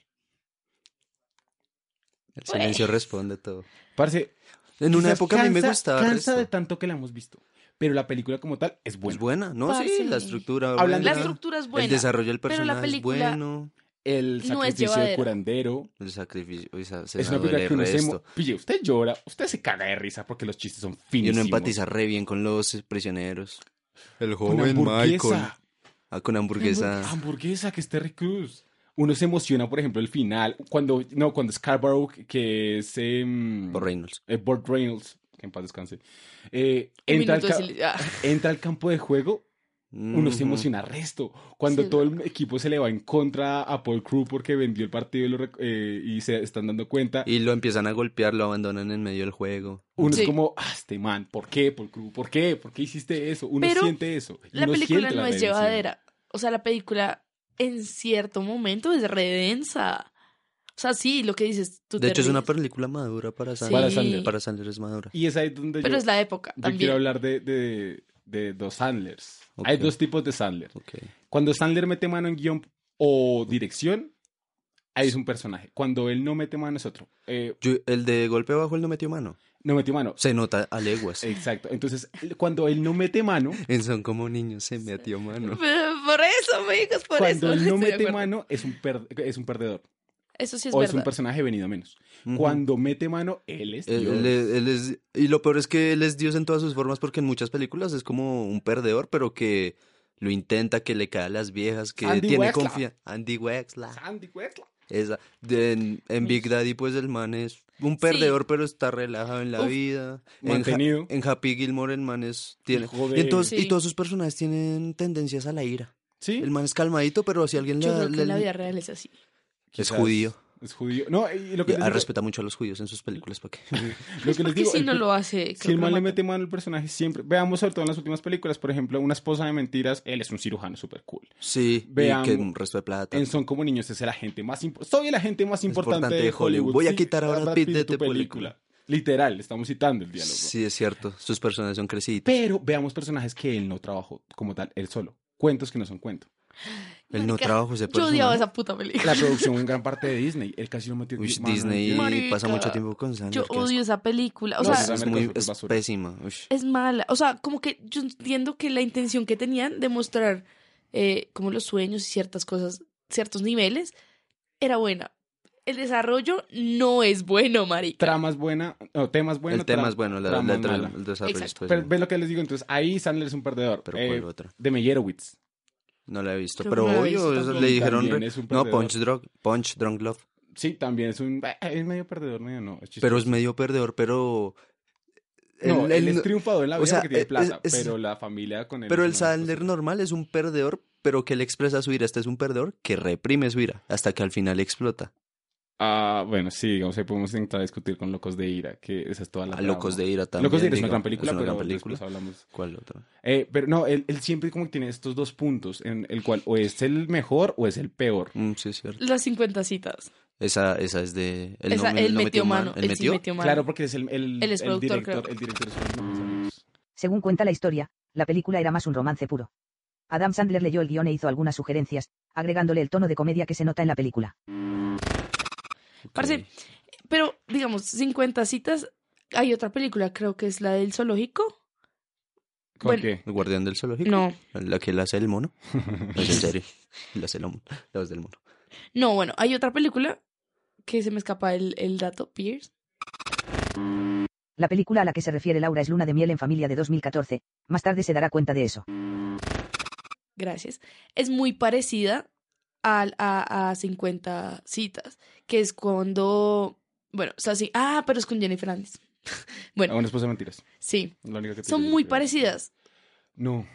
Speaker 3: El silencio
Speaker 2: Pues.
Speaker 3: responde todo.
Speaker 1: Parce,
Speaker 3: En una
Speaker 1: quizás
Speaker 3: época a mí me
Speaker 1: cansa-
Speaker 3: gustaba. el
Speaker 1: Cansa de
Speaker 3: resto.
Speaker 1: tanto que la hemos visto. Pero la película como tal es buena.
Speaker 3: Es buena, ¿no? Sí,
Speaker 2: Parce.
Speaker 3: la estructura.
Speaker 1: Hablando-
Speaker 2: La
Speaker 1: Ajá.
Speaker 3: buena,
Speaker 2: estructura es
Speaker 3: El
Speaker 2: buena.
Speaker 3: desarrollo del
Speaker 2: pero la
Speaker 3: personaje es
Speaker 2: película-
Speaker 3: bueno.
Speaker 1: El
Speaker 2: No es
Speaker 1: sacrificio del
Speaker 2: llevadera.
Speaker 1: curandero.
Speaker 3: El sacrificio. uy, esa- se
Speaker 1: Es
Speaker 3: me
Speaker 1: una película
Speaker 3: duele
Speaker 1: que uno se...
Speaker 3: resto.
Speaker 1: mo- Pille, usted llora, usted se caga de risa porque los chistes son
Speaker 3: Y
Speaker 1: finísimos.
Speaker 3: uno empatiza re bien con los prisioneros. El
Speaker 1: Una hamburguesa.
Speaker 3: Ah, con hamburguesa.
Speaker 1: Hamburguesa, que es Terry Cruz. Uno se emociona, por ejemplo, el final. Cuando, no, cuando Scarborough, que es... em,
Speaker 3: Por Reynolds.
Speaker 1: eh, Burt Reynolds, que en paz descanse, eh,
Speaker 2: Un
Speaker 1: entra, al
Speaker 2: minuto de
Speaker 1: ca-
Speaker 2: silencio. Ah,
Speaker 1: entra al campo de juego, uno se
Speaker 3: Ujú.
Speaker 1: emociona resto. Cuando
Speaker 2: Sí,
Speaker 1: todo el equipo se le va en contra a Paul Crew porque vendió el partido y, lo rec- eh, y se están dando cuenta,
Speaker 3: Y lo empiezan a golpear, lo abandonan en medio del juego.
Speaker 1: uno
Speaker 2: Sí.
Speaker 1: es como, ah, este man, ¿por qué, Paul Crew? ¿Por qué? ¿Por qué hiciste eso? Uno
Speaker 2: Pero
Speaker 1: siente eso. y
Speaker 2: La
Speaker 1: uno
Speaker 2: película
Speaker 1: siente la
Speaker 2: no es
Speaker 1: redención.
Speaker 2: llevadera. O sea, la película en cierto momento es redensa. O sea, sí, lo que dices, tú
Speaker 3: De
Speaker 2: te
Speaker 3: hecho, es una
Speaker 2: ríes,
Speaker 3: película madura para Sandler.
Speaker 1: Para
Speaker 2: Sí.
Speaker 1: Sandler.
Speaker 3: Para Sandler es madura.
Speaker 1: Y es ahí donde
Speaker 2: Pero
Speaker 1: yo,
Speaker 2: es la época
Speaker 1: yo
Speaker 2: también.
Speaker 1: quiero hablar de, de, de dos Sandlers.
Speaker 3: Ok.
Speaker 1: Hay dos tipos de Sandler.
Speaker 3: Ok.
Speaker 1: Cuando Sandler mete mano en guión o dirección, ahí es un personaje. Cuando él no mete mano es otro. Eh,
Speaker 3: Yo- el de golpe bajo, él no metió mano.
Speaker 1: no metió mano.
Speaker 3: Se nota a leguas.
Speaker 1: Exacto. Entonces, él- cuando él no mete mano,
Speaker 3: En (laughs) Son como niños se metió mano.
Speaker 2: Pero (laughs) Por eso, amigos, por
Speaker 1: cuando
Speaker 2: eso. (laughs)
Speaker 1: él no
Speaker 2: Estoy de
Speaker 1: mete
Speaker 2: acuerdo.
Speaker 1: mano, es un, per- es un perdedor.
Speaker 2: Eso sí es
Speaker 1: o es un
Speaker 2: verdad.
Speaker 1: personaje venido a menos.
Speaker 3: Ujú.
Speaker 1: Cuando mete mano, él es
Speaker 3: Él,
Speaker 1: Dios.
Speaker 3: él es- él es- y lo peor es que él es Dios en todas sus formas porque en muchas películas es como un perdedor, pero que lo intenta, que le cae a las viejas, que
Speaker 1: Andy
Speaker 3: tiene
Speaker 1: Wexler.
Speaker 3: confianza. Andy Wexler.
Speaker 1: Sandy Cuetla.
Speaker 3: Esa. De- en, en Big Daddy, pues el man es un perdedor, pero está relajado en la
Speaker 2: Uf.
Speaker 3: vida. En Ja-
Speaker 1: Mantenido.
Speaker 3: En, Happy Gilmore, el man es. Tiene,
Speaker 1: Hijo
Speaker 3: y,
Speaker 1: de-
Speaker 3: entonces,
Speaker 2: Sí.
Speaker 3: y todos sus personajes tienen tendencias a la ira.
Speaker 1: Sí.
Speaker 3: El man es calmadito, pero si alguien le.
Speaker 2: Yo creo que
Speaker 3: le-
Speaker 2: en la vida real es así.
Speaker 3: es
Speaker 1: Quizás
Speaker 3: judío.
Speaker 1: Es judío. No, y lo que
Speaker 3: Y-
Speaker 1: les
Speaker 3: ah,
Speaker 1: digo,
Speaker 3: respeta mucho a los judíos en sus películas,
Speaker 1: (laughs)
Speaker 3: ¿para qué?
Speaker 1: lo que les
Speaker 2: Porque
Speaker 1: digo,
Speaker 2: si
Speaker 1: el
Speaker 2: no
Speaker 1: per-
Speaker 2: lo hace, creo
Speaker 1: si el
Speaker 2: que
Speaker 1: man
Speaker 2: lo
Speaker 1: le
Speaker 2: mata.
Speaker 1: mete mano al personaje siempre, veamos sobre todo en las últimas películas, por ejemplo, Una esposa de mentiras, él es un cirujano súper cool.
Speaker 3: Sí,
Speaker 1: Veamos.
Speaker 3: y que un resto de plata.
Speaker 1: En Son como niños es el agente más imp- soy el agente más importante,
Speaker 3: Importante
Speaker 1: de Hollywood.
Speaker 3: Voy a
Speaker 1: Sí,
Speaker 3: quitar a Brad Pitt de tu
Speaker 1: Literal, estamos citando el diálogo.
Speaker 3: Sí, es cierto. Sus personajes son creciditos.
Speaker 1: Pero veamos personajes que él no trabajó como tal, él solo. Cuentos que no son cuentos.
Speaker 3: Él no
Speaker 2: Marica,
Speaker 3: trabaja ese
Speaker 2: Yo odiaba
Speaker 3: personaje.
Speaker 2: esa puta película.
Speaker 1: La
Speaker 2: (laughs)
Speaker 3: (laughs)
Speaker 1: producción en gran parte de Disney, él casi no metió
Speaker 3: Uy,
Speaker 1: mano en
Speaker 3: Disney
Speaker 1: guión.
Speaker 2: Marica,
Speaker 3: pasa mucho tiempo con Sandler.
Speaker 2: Yo
Speaker 3: qué asco.
Speaker 2: odio esa película. O
Speaker 1: No,
Speaker 2: sea,
Speaker 1: sí, sí.
Speaker 3: es
Speaker 1: Sandler
Speaker 3: muy
Speaker 1: es
Speaker 3: es
Speaker 1: basura.
Speaker 3: pésima. uy.
Speaker 2: es mala. O sea, como que yo entiendo que la intención que tenían de mostrar eh, como los sueños y ciertas cosas, ciertos niveles, era buena. el desarrollo no es bueno, marica.
Speaker 1: Tramas buena, o temas buenos.
Speaker 3: el tema es bueno, la,
Speaker 1: trama
Speaker 3: la tra-
Speaker 1: mala.
Speaker 3: el desarrollo
Speaker 2: Exacto.
Speaker 3: esto es
Speaker 1: Pero
Speaker 3: bueno.
Speaker 1: ve lo que les digo, entonces ahí Sandler es un perdedor.
Speaker 3: Pero
Speaker 1: Eh,
Speaker 3: ¿cuál otra?
Speaker 1: de Meyerowitz.
Speaker 3: No la he visto.
Speaker 2: Creo
Speaker 3: Pero
Speaker 2: que no la he
Speaker 3: obvio,
Speaker 2: visto
Speaker 3: eso le
Speaker 1: tampoco.
Speaker 3: dijeron.
Speaker 1: También
Speaker 3: re-
Speaker 1: es un
Speaker 3: No,
Speaker 1: perdedor.
Speaker 3: Punch Drunk, Punch Drunk Love.
Speaker 1: Sí, también es un... eh, Es medio perdedor, medio no. es
Speaker 3: Pero
Speaker 1: chistoso.
Speaker 3: es medio perdedor, pero.
Speaker 1: No, él,
Speaker 3: él- él
Speaker 1: es
Speaker 3: no-
Speaker 1: triunfador en la
Speaker 3: o
Speaker 1: vida
Speaker 3: sea,
Speaker 1: porque tiene
Speaker 3: es-
Speaker 1: plata,
Speaker 3: es-
Speaker 1: pero la familia con él...
Speaker 3: Pero
Speaker 1: es
Speaker 3: el
Speaker 1: una cosa-
Speaker 3: Sadler normal es un perdedor, pero que él expresa su ira. Este es un perdedor que reprime su ira hasta que al final explota.
Speaker 1: Ah, bueno, sí, digamos, ahí podemos intentar discutir con Locos de Ira, que esa es toda la...
Speaker 3: A Locos
Speaker 1: trama.
Speaker 3: de ira también.
Speaker 1: Locos de Ira es una
Speaker 3: digo,
Speaker 1: gran película,
Speaker 3: es una
Speaker 1: pero
Speaker 3: gran película.
Speaker 1: después hablamos.
Speaker 3: ¿Cuál otra?
Speaker 1: Eh, pero no, él, él siempre como que tiene estos dos puntos en el cual o es el mejor o es el peor.
Speaker 3: Mm, sí, es cierto.
Speaker 2: Las 50 citas.
Speaker 3: Esa, esa es de. Él, no-
Speaker 2: Esa,
Speaker 3: él
Speaker 2: él
Speaker 3: no
Speaker 2: metió mano.
Speaker 3: ¿Él
Speaker 2: Él sí
Speaker 3: metió?
Speaker 2: metió mano.
Speaker 1: Claro, porque es el, el,
Speaker 2: Él es
Speaker 1: el
Speaker 2: productor,
Speaker 1: director,
Speaker 2: creo.
Speaker 1: el director es uno de mis amigos.
Speaker 4: Según cuenta la historia, la película era más un romance puro. Adam Sandler leyó el guión e hizo algunas sugerencias, agregándole el tono de comedia que se nota en la película.
Speaker 3: Ok.
Speaker 2: Parce, Pero, digamos, 50 citas. Hay otra película, creo que es la del zoológico.
Speaker 1: ¿Con
Speaker 2: Bueno.
Speaker 1: qué?
Speaker 3: ¿El guardián del zoológico?
Speaker 2: No,
Speaker 3: La que la hace
Speaker 2: (laughs)
Speaker 3: el mono. Es en serio. La hace el mono. La voz del mono.
Speaker 2: no, bueno, hay otra película que se me escapa el, el dato, Pierce.
Speaker 4: La película a la que se refiere Laura es Luna de Miel en Familia de 2014, más tarde se dará cuenta de eso.
Speaker 2: gracias, es muy parecida al- a, a, 50 citas, que es cuando, bueno, o sea, sí, ah, pero es con Jennifer Aniston. (laughs)
Speaker 1: A
Speaker 2: bueno,
Speaker 1: una esposa de mentiras.
Speaker 2: sí,
Speaker 1: la única Ah, que te
Speaker 2: son
Speaker 1: digo,
Speaker 2: muy
Speaker 1: creo.
Speaker 2: parecidas.
Speaker 1: No.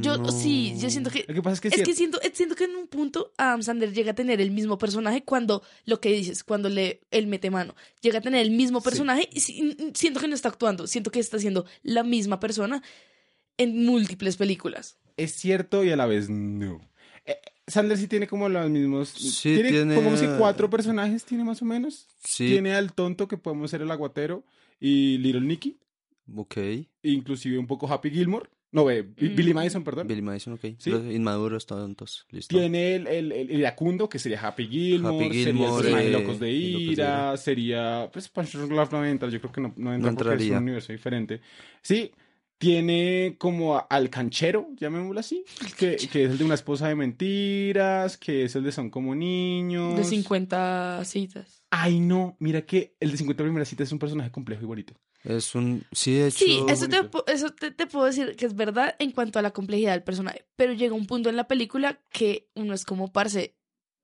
Speaker 2: Yo, sí, yo siento que...
Speaker 1: Lo que pasa es que,
Speaker 2: Es
Speaker 1: cier-
Speaker 2: que siento, eh, siento que en un punto Adam Sandler llega a tener el mismo personaje cuando lo que dices, cuando le él mete mano, llega a tener el mismo
Speaker 1: Sí.
Speaker 2: personaje y si- n- siento que no está actuando, siento que está siendo la misma persona en múltiples películas.
Speaker 1: es cierto y a la vez no. Eh, Sandler sí tiene como los mismos.
Speaker 3: Sí,
Speaker 1: tiene,
Speaker 3: tiene-
Speaker 1: pongamos que cuatro personajes, tiene más o menos.
Speaker 3: Sí.
Speaker 1: Tiene al tonto que podemos ser el aguatero y Little Nicky,
Speaker 3: Ok.
Speaker 1: inclusive un poco Happy Gilmore. No, eh, Bi-
Speaker 2: Mm.
Speaker 1: Billy Madison, perdón.
Speaker 3: Billy Madison, ok.
Speaker 1: Sí.
Speaker 3: Los inmaduros, tontos. Listo.
Speaker 1: Tiene el, el, el iracundo, que sería Happy Gilmore,
Speaker 3: Happy Gilmore,
Speaker 1: sería el personaje de
Speaker 3: eh,
Speaker 1: Locos de
Speaker 3: y Locos de
Speaker 1: Ira, sería... Pues Punch Drunk Love no entra, yo creo que no, no entra
Speaker 3: No
Speaker 1: porque es
Speaker 3: entraría.
Speaker 1: un universo diferente. Sí, tiene como a- al canchero, llamémoslo así, que, que es el de una esposa de mentiras, que es el de Son como niños...
Speaker 2: De 50 citas.
Speaker 1: Ay, no, mira que el de 50 primeras citas es un personaje complejo y bonito.
Speaker 3: Es un. Sí, de hecho.
Speaker 2: Sí, eso, te,
Speaker 1: bonito.
Speaker 2: pu- eso te, te puedo decir que es verdad en cuanto a la complejidad del personaje, pero llega un punto en la película que uno es como, parce,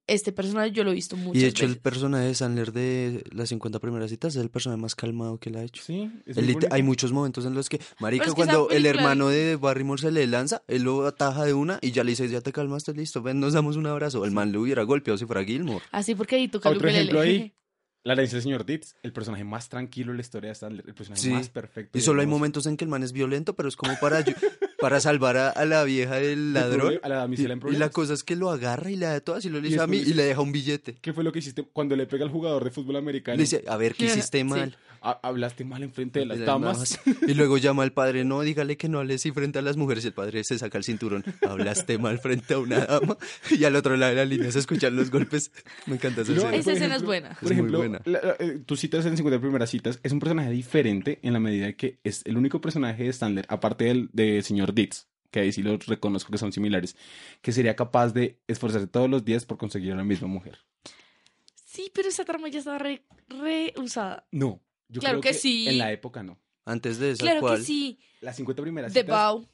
Speaker 2: este personaje yo lo he visto muchas
Speaker 3: Y de hecho, el
Speaker 2: veces.
Speaker 3: personaje de Sandler de las 50 primeras citas es el personaje más calmado que la ha hecho.
Speaker 1: Sí, es
Speaker 3: Él
Speaker 1: muy
Speaker 3: lit-
Speaker 1: bonito.
Speaker 3: hay muchos momentos en los que, marica,
Speaker 2: es que esa
Speaker 3: cuando el
Speaker 2: película-
Speaker 3: hermano de Barrymore se le lanza, él lo ataja de una y ya le dice, ya te calmaste, listo, ven, nos damos un abrazo. El man lo hubiera golpeado si fuera Gilmore.
Speaker 2: Así porque ahí toca el
Speaker 1: Ah, Otro ejemplo
Speaker 2: ukelele.
Speaker 1: ahí, la herencia del señor Dietz, el personaje más tranquilo en la historia de Sandler, el personaje
Speaker 3: Sí.
Speaker 1: más perfecto.
Speaker 3: Y solo hay
Speaker 1: hermoso.
Speaker 3: momentos en que el man es violento, pero es como para, ayu- (laughs) para salvar a, a la vieja del
Speaker 1: De
Speaker 3: ladrón.
Speaker 1: proble- A la
Speaker 3: Y,
Speaker 1: damisela en
Speaker 3: y la
Speaker 1: problemas.
Speaker 3: cosa es que lo agarra y la da todas y lo le
Speaker 1: Y
Speaker 3: dice a mí
Speaker 1: después
Speaker 3: y le deja un billete.
Speaker 1: ¿Qué fue lo que hiciste cuando le pega al jugador de fútbol
Speaker 3: Le
Speaker 1: americano?
Speaker 3: dice, a ver, ¿qué hiciste
Speaker 2: Sí.
Speaker 3: mal?
Speaker 1: "Ha- Hablaste mal enfrente de
Speaker 3: de
Speaker 1: las
Speaker 3: las
Speaker 1: (laughs) damas.
Speaker 3: damas. Y luego llama al padre, no, dígale que no hable así frente a las mujeres. Y el padre se saca el cinturón, hablaste mal frente a una dama. (laughs) Y al otro lado de la línea se escuchan los golpes. Me encanta esa
Speaker 1: No,
Speaker 3: escena.
Speaker 1: por
Speaker 2: (laughs) Esa escena es buena.
Speaker 1: Por
Speaker 3: Es muy
Speaker 1: ejemplo,
Speaker 3: buena.
Speaker 1: la- la- eh, tu cita en 50 primeras citas es un personaje diferente en la medida que es el único personaje de Sandler, aparte del de señor Dietz, que ahí sí los reconozco que son similares, que sería capaz de esforzarse todos los días por conseguir a la misma mujer.
Speaker 2: Sí, pero esa trama ya está re, re usada.
Speaker 1: No. Yo
Speaker 2: Claro
Speaker 1: creo
Speaker 2: que sí.
Speaker 1: En la época no.
Speaker 3: Antes de esa,
Speaker 2: Claro
Speaker 3: ¿cuál?
Speaker 2: que sí,
Speaker 1: Las 50 primeras
Speaker 2: The
Speaker 1: citas.
Speaker 2: Bow.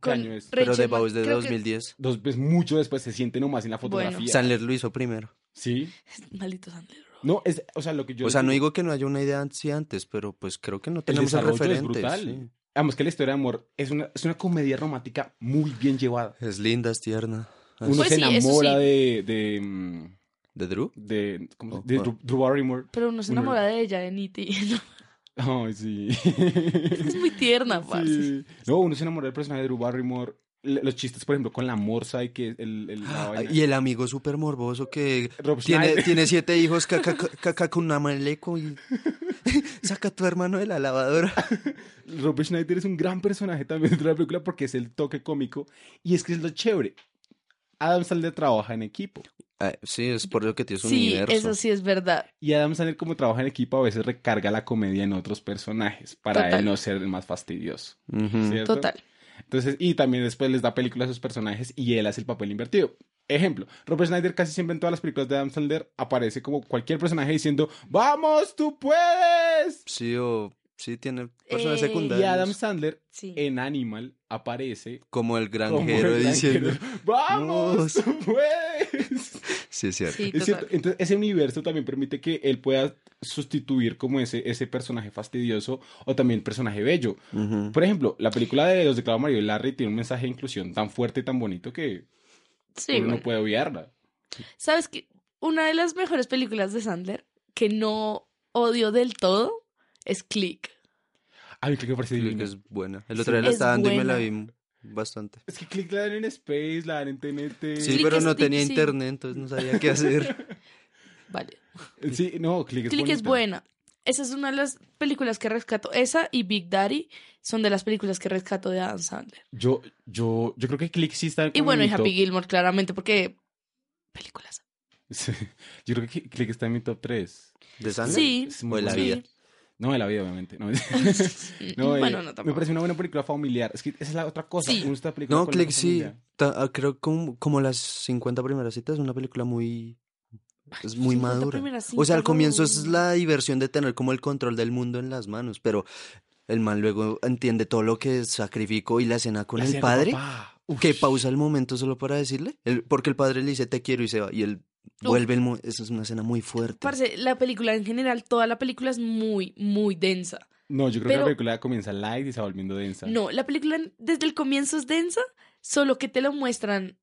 Speaker 2: Con
Speaker 1: Caño es.
Speaker 3: Pero de
Speaker 2: Rachel
Speaker 3: Baus de
Speaker 2: creo que-
Speaker 3: 2010.
Speaker 1: Dos veces mucho después se siente nomás en la
Speaker 2: Bueno.
Speaker 1: fotografía.
Speaker 3: Sandler lo hizo primero.
Speaker 1: Sí.
Speaker 2: Maldito Sandler.
Speaker 1: No, es, o sea, lo que yo
Speaker 3: o sea,
Speaker 1: digo-
Speaker 3: no digo que no haya una idea antes y antes, pero pues creo que no tenemos el
Speaker 1: desarrollo es
Speaker 3: referente.
Speaker 1: brutal.
Speaker 3: sí.
Speaker 1: Vamos, que la historia de amor es una, es una comedia romántica muy bien llevada.
Speaker 3: Es linda, es tierna. Ah,
Speaker 1: Uno
Speaker 2: Pues
Speaker 1: se
Speaker 2: sí, eso
Speaker 1: enamora
Speaker 2: sí.
Speaker 1: de, de, mm,
Speaker 3: ¿De Drew?
Speaker 1: de, ¿cómo se-
Speaker 3: Oh,
Speaker 1: de
Speaker 3: oh.
Speaker 1: Drew- Drew Barrymore. (laughs)
Speaker 2: Pero uno se
Speaker 1: Uno-
Speaker 2: enamora de ella, de (laughs) Nitty.
Speaker 1: Ay,
Speaker 2: (laughs)
Speaker 1: sí.
Speaker 2: es muy tierna, parce.
Speaker 1: Sí. No, uno se enamora del personaje de Drew Barrymore. Le- Los chistes, por ejemplo, con la morsa y que el... el la
Speaker 3: Ah,
Speaker 1: vaina.
Speaker 3: Y el amigo súper morboso que
Speaker 1: Rob
Speaker 3: Tiene,
Speaker 1: Schneider.
Speaker 3: tiene siete hijos, caca, caca con una maleco y (laughs) saca a tu hermano de la lavadora.
Speaker 1: (laughs) Rob Schneider es un gran personaje también dentro de la película porque es el toque cómico. Y es que es lo chévere. Adam Sandler trabaja en equipo.
Speaker 3: Ah, sí, es por eso que tienes un
Speaker 2: Sí,
Speaker 3: universo.
Speaker 2: eso sí es verdad.
Speaker 1: Y Adam Sandler, como trabaja en equipo, a veces recarga la comedia en otros personajes para
Speaker 2: Total.
Speaker 1: él no ser el más fastidioso.
Speaker 3: Ujú.
Speaker 1: ¿cierto?
Speaker 2: Total.
Speaker 1: Entonces, y también después les da películas a sus personajes y él hace el papel invertido. Ejemplo, Robert Snyder casi siempre en todas las películas de Adam Sandler aparece como cualquier personaje diciendo, ¡Vamos, tú puedes!
Speaker 3: Sí, o sí tiene personas
Speaker 2: Eh,
Speaker 1: Y Adam
Speaker 3: secundarias.
Speaker 1: Sandler
Speaker 2: Sí.
Speaker 1: en Animal aparece
Speaker 3: Como
Speaker 1: como
Speaker 3: el
Speaker 1: el
Speaker 3: granjero diciendo.
Speaker 1: granjero, ¡Vamos,
Speaker 3: "Vamos".
Speaker 1: tú puedes!
Speaker 3: (laughs) Sí, es cierto.
Speaker 2: Sí,
Speaker 1: Es cierto,
Speaker 2: total.
Speaker 1: entonces ese universo también permite que él pueda sustituir como ese, ese personaje fastidioso o también personaje bello.
Speaker 3: Ujú.
Speaker 1: Por ejemplo, la película de Los de Clavo Mario y Larry tiene un mensaje de inclusión tan fuerte y tan bonito que
Speaker 2: Sí,
Speaker 1: uno
Speaker 2: bueno.
Speaker 1: no puede obviarla.
Speaker 2: ¿Sabes qué? Una de las mejores películas de Sandler que no odio del todo es Click.
Speaker 1: A mí Ah, creo que parece
Speaker 3: Creo
Speaker 1: divino.
Speaker 3: que
Speaker 1: Es...
Speaker 3: es buena. El
Speaker 1: Sí.
Speaker 3: otro día la
Speaker 2: Es
Speaker 3: estaba dando y me la
Speaker 2: buena.
Speaker 3: vi bastante.
Speaker 1: que Click la dan en Space, la dan en TNT.
Speaker 3: Sí,
Speaker 2: Click
Speaker 3: pero
Speaker 2: es
Speaker 3: no
Speaker 2: tip-
Speaker 3: tenía
Speaker 2: sí.
Speaker 3: internet, entonces no sabía
Speaker 2: (laughs)
Speaker 3: qué hacer.
Speaker 2: Vale.
Speaker 1: Sí, no, Click es
Speaker 2: Click es
Speaker 1: bonita.
Speaker 2: buena. Esa es una de las películas que rescato. Esa y Big Daddy son de las películas que rescato de Adam Sandler.
Speaker 1: Yo, yo, yo creo que Click sí está
Speaker 2: Y
Speaker 1: como
Speaker 2: bueno,
Speaker 1: en
Speaker 2: y
Speaker 1: mi
Speaker 2: Happy
Speaker 1: top.
Speaker 2: Gilmore, claramente, porque películas.
Speaker 1: (laughs) Sí, Yo creo que Click está en mi top 3.
Speaker 3: ¿De Sandler?
Speaker 2: Sí.
Speaker 1: Es muy
Speaker 3: O de la
Speaker 1: buena.
Speaker 3: vida.
Speaker 2: Sí.
Speaker 1: No, de la vida, obviamente.
Speaker 2: (laughs)
Speaker 1: No, (laughs) No,
Speaker 2: No,
Speaker 1: eh,
Speaker 2: bueno, no tampoco.
Speaker 1: Me parece una buena película familiar. Es que esa es la otra cosa.
Speaker 2: Sí.
Speaker 1: uno está película
Speaker 3: No,
Speaker 1: con la
Speaker 3: Click sí.
Speaker 1: familia.
Speaker 3: Ta- ah, creo como, como las 50 primeras citas, es una película muy. Es muy
Speaker 2: 50
Speaker 3: madura.
Speaker 2: primeras
Speaker 3: O sea,
Speaker 2: citas,
Speaker 3: al comienzo es
Speaker 2: no.
Speaker 3: la diversión de tener como el control del mundo en las manos, pero el man luego entiende todo lo que sacrificó y la cena con
Speaker 1: La
Speaker 3: el
Speaker 1: escena
Speaker 3: padre,
Speaker 1: papá. Uf.
Speaker 3: que pausa el momento solo para decirle, el- porque el padre le dice te quiero y se va, y él
Speaker 2: Uf.
Speaker 3: vuelve, el mo- eso es una escena muy fuerte.
Speaker 2: Parce, la película en general, toda la película es muy, muy densa.
Speaker 1: No, yo creo que
Speaker 2: Pero-
Speaker 1: la película comienza light y se va volviendo densa.
Speaker 2: No, la película en- desde el comienzo es densa, solo que te lo muestran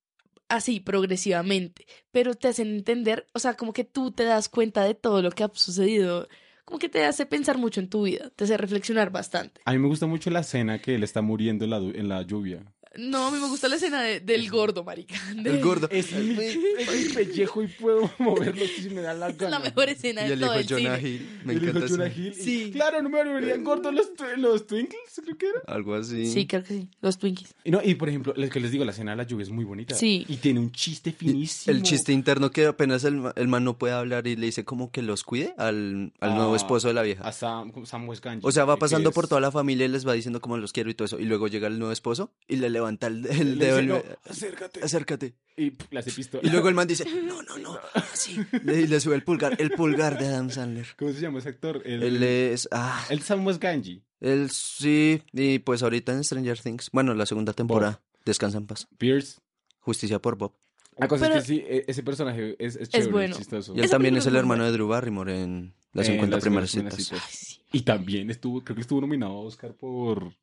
Speaker 2: así, progresivamente. Pero te hacen entender, o sea, como que tú te das cuenta de todo lo que ha sucedido. Como que te hace pensar mucho en tu vida, te hace reflexionar bastante.
Speaker 1: A mí me gusta mucho la escena que él está muriendo en la, du- en la lluvia.
Speaker 2: No, a mí me gusta la escena de- del gordo, marica. (laughs)
Speaker 3: El
Speaker 2: De-
Speaker 3: gordo.
Speaker 1: (laughs) Es mi, es mi pellejo y puedo (laughs) moverlo si me da la
Speaker 2: Es
Speaker 1: gana.
Speaker 2: la mejor escena
Speaker 3: Y
Speaker 2: de
Speaker 3: el
Speaker 2: todo
Speaker 3: hijo
Speaker 2: el
Speaker 3: Jonah
Speaker 2: cine.
Speaker 3: Hill, me
Speaker 1: Y le dijo
Speaker 3: encanta.
Speaker 1: Jonah
Speaker 3: ese-
Speaker 1: Hill. (laughs)
Speaker 2: Sí.
Speaker 1: Claro, no me volverían gordos los, tw- los Twinkles, creo que era.
Speaker 3: Algo así.
Speaker 2: Sí, creo que sí. Los Twinkies.
Speaker 1: Y, no, y por ejemplo, lo que les digo, la escena de la lluvia es muy bonita.
Speaker 2: Sí.
Speaker 1: Y tiene un chiste finísimo.
Speaker 3: El chiste interno que apenas el, ma- el man no puede hablar y le dice como que los cuide al, al nuevo
Speaker 1: Ah,
Speaker 3: esposo de la vieja.
Speaker 1: A Sam, Sam Westganji,
Speaker 3: O sea, va
Speaker 1: que
Speaker 3: pasando
Speaker 1: es-
Speaker 3: por toda la familia y les va diciendo como los quiero y todo eso. Y luego llega el nuevo esposo y le levanta el, el
Speaker 1: Le
Speaker 3: dedo.
Speaker 1: dice,
Speaker 3: y
Speaker 1: "No,
Speaker 3: le-
Speaker 1: acércate.
Speaker 3: Acércate.
Speaker 1: Y pff, le hace pistola.
Speaker 3: Y luego el man dice, no, no, no, así. Le- Y le sube el pulgar, el pulgar de Adam Sandler.
Speaker 1: (laughs) ¿Cómo se llama ese actor? El,
Speaker 3: Él es, ah,
Speaker 1: el Sam Westganji.
Speaker 3: él sí. Y pues ahorita en Stranger Things, bueno, la segunda temporada, descansa en paz.
Speaker 1: Pierce.
Speaker 3: Justicia por Bob.
Speaker 1: La cosa
Speaker 2: Pero-
Speaker 1: es que sí, e- ese personaje es, es chévere, es
Speaker 2: bueno.
Speaker 1: chistoso.
Speaker 3: Y él
Speaker 2: Esa
Speaker 3: también
Speaker 2: película
Speaker 3: es el
Speaker 2: es
Speaker 3: hermano
Speaker 2: buena.
Speaker 3: de Drew Barrymore en las
Speaker 1: Eh,
Speaker 3: 50
Speaker 1: las
Speaker 3: primeras
Speaker 1: primeras
Speaker 3: citas.
Speaker 2: Ay,
Speaker 1: citas.
Speaker 2: sí.
Speaker 1: Y también estuvo, creo que estuvo nominado a Oscar por...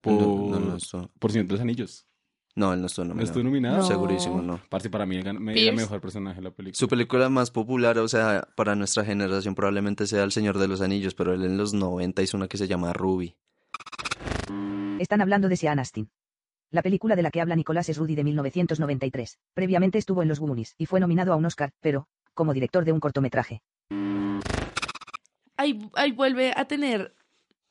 Speaker 1: Por,
Speaker 3: No, no, no, esto-
Speaker 1: por Señor de los Anillos.
Speaker 3: no, él no estuvo
Speaker 1: ¿No,
Speaker 3: nominado.
Speaker 1: estuvo nominado?
Speaker 2: No.
Speaker 3: Segurísimo, no.
Speaker 1: Parce, para mí era era el
Speaker 2: Pierce.
Speaker 1: mejor personaje de la película.
Speaker 3: Su película más popular, o sea, para nuestra generación probablemente sea El Señor de los Anillos, pero él en los 90 hizo una que se llama Ruby.
Speaker 4: Están hablando de Sean Astin. La película de la que habla Nicolás es Rudy de 1993. Previamente estuvo en Los Goonies y fue nominado a un Oscar, pero como director de un cortometraje.
Speaker 2: ahí, ahí vuelve a tener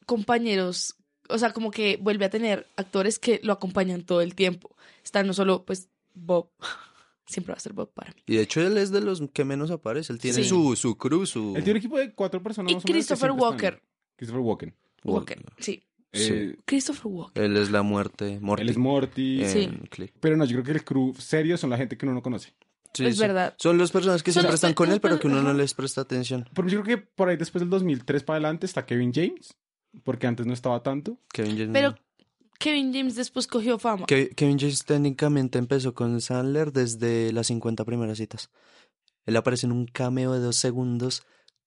Speaker 2: compañeros, o sea, como que vuelve a tener actores que lo acompañan todo el tiempo. Está no solo, pues, Bob, (laughs) siempre va a ser Bob para mí.
Speaker 3: Y de hecho él es de los que menos aparece, él tiene
Speaker 2: Sí.
Speaker 3: su, su crew, su...
Speaker 1: Él tiene un equipo de cuatro personas
Speaker 2: Y
Speaker 1: más o menos que
Speaker 2: Christopher
Speaker 1: siempre están.
Speaker 2: Walker.
Speaker 1: Christopher Walken.
Speaker 2: Walker, sí.
Speaker 3: Sí.
Speaker 1: Eh,
Speaker 2: Christopher Walker.
Speaker 3: Él es la muerte, Morty. Eh.
Speaker 1: Él es Morty.
Speaker 3: en
Speaker 2: Sí.
Speaker 3: Click.
Speaker 1: Pero no, yo creo que el crew serio son la gente que uno no conoce.
Speaker 3: Sí,
Speaker 2: Es
Speaker 3: sí.
Speaker 2: verdad.
Speaker 3: Son los personas que
Speaker 2: Son
Speaker 3: siempre
Speaker 2: los-
Speaker 3: están con
Speaker 2: los-
Speaker 3: él, pero que uno no
Speaker 2: ajá.
Speaker 3: les presta atención.
Speaker 1: Pero yo creo que por ahí después del 2003 para adelante está Kevin James, porque antes no estaba tanto.
Speaker 3: Kevin James.
Speaker 2: Pero Kevin James después cogió fama.
Speaker 3: Ke- Mm. Kevin James técnicamente empezó con Sandler desde las 50 primeras citas. Él aparece en un cameo de dos segundos.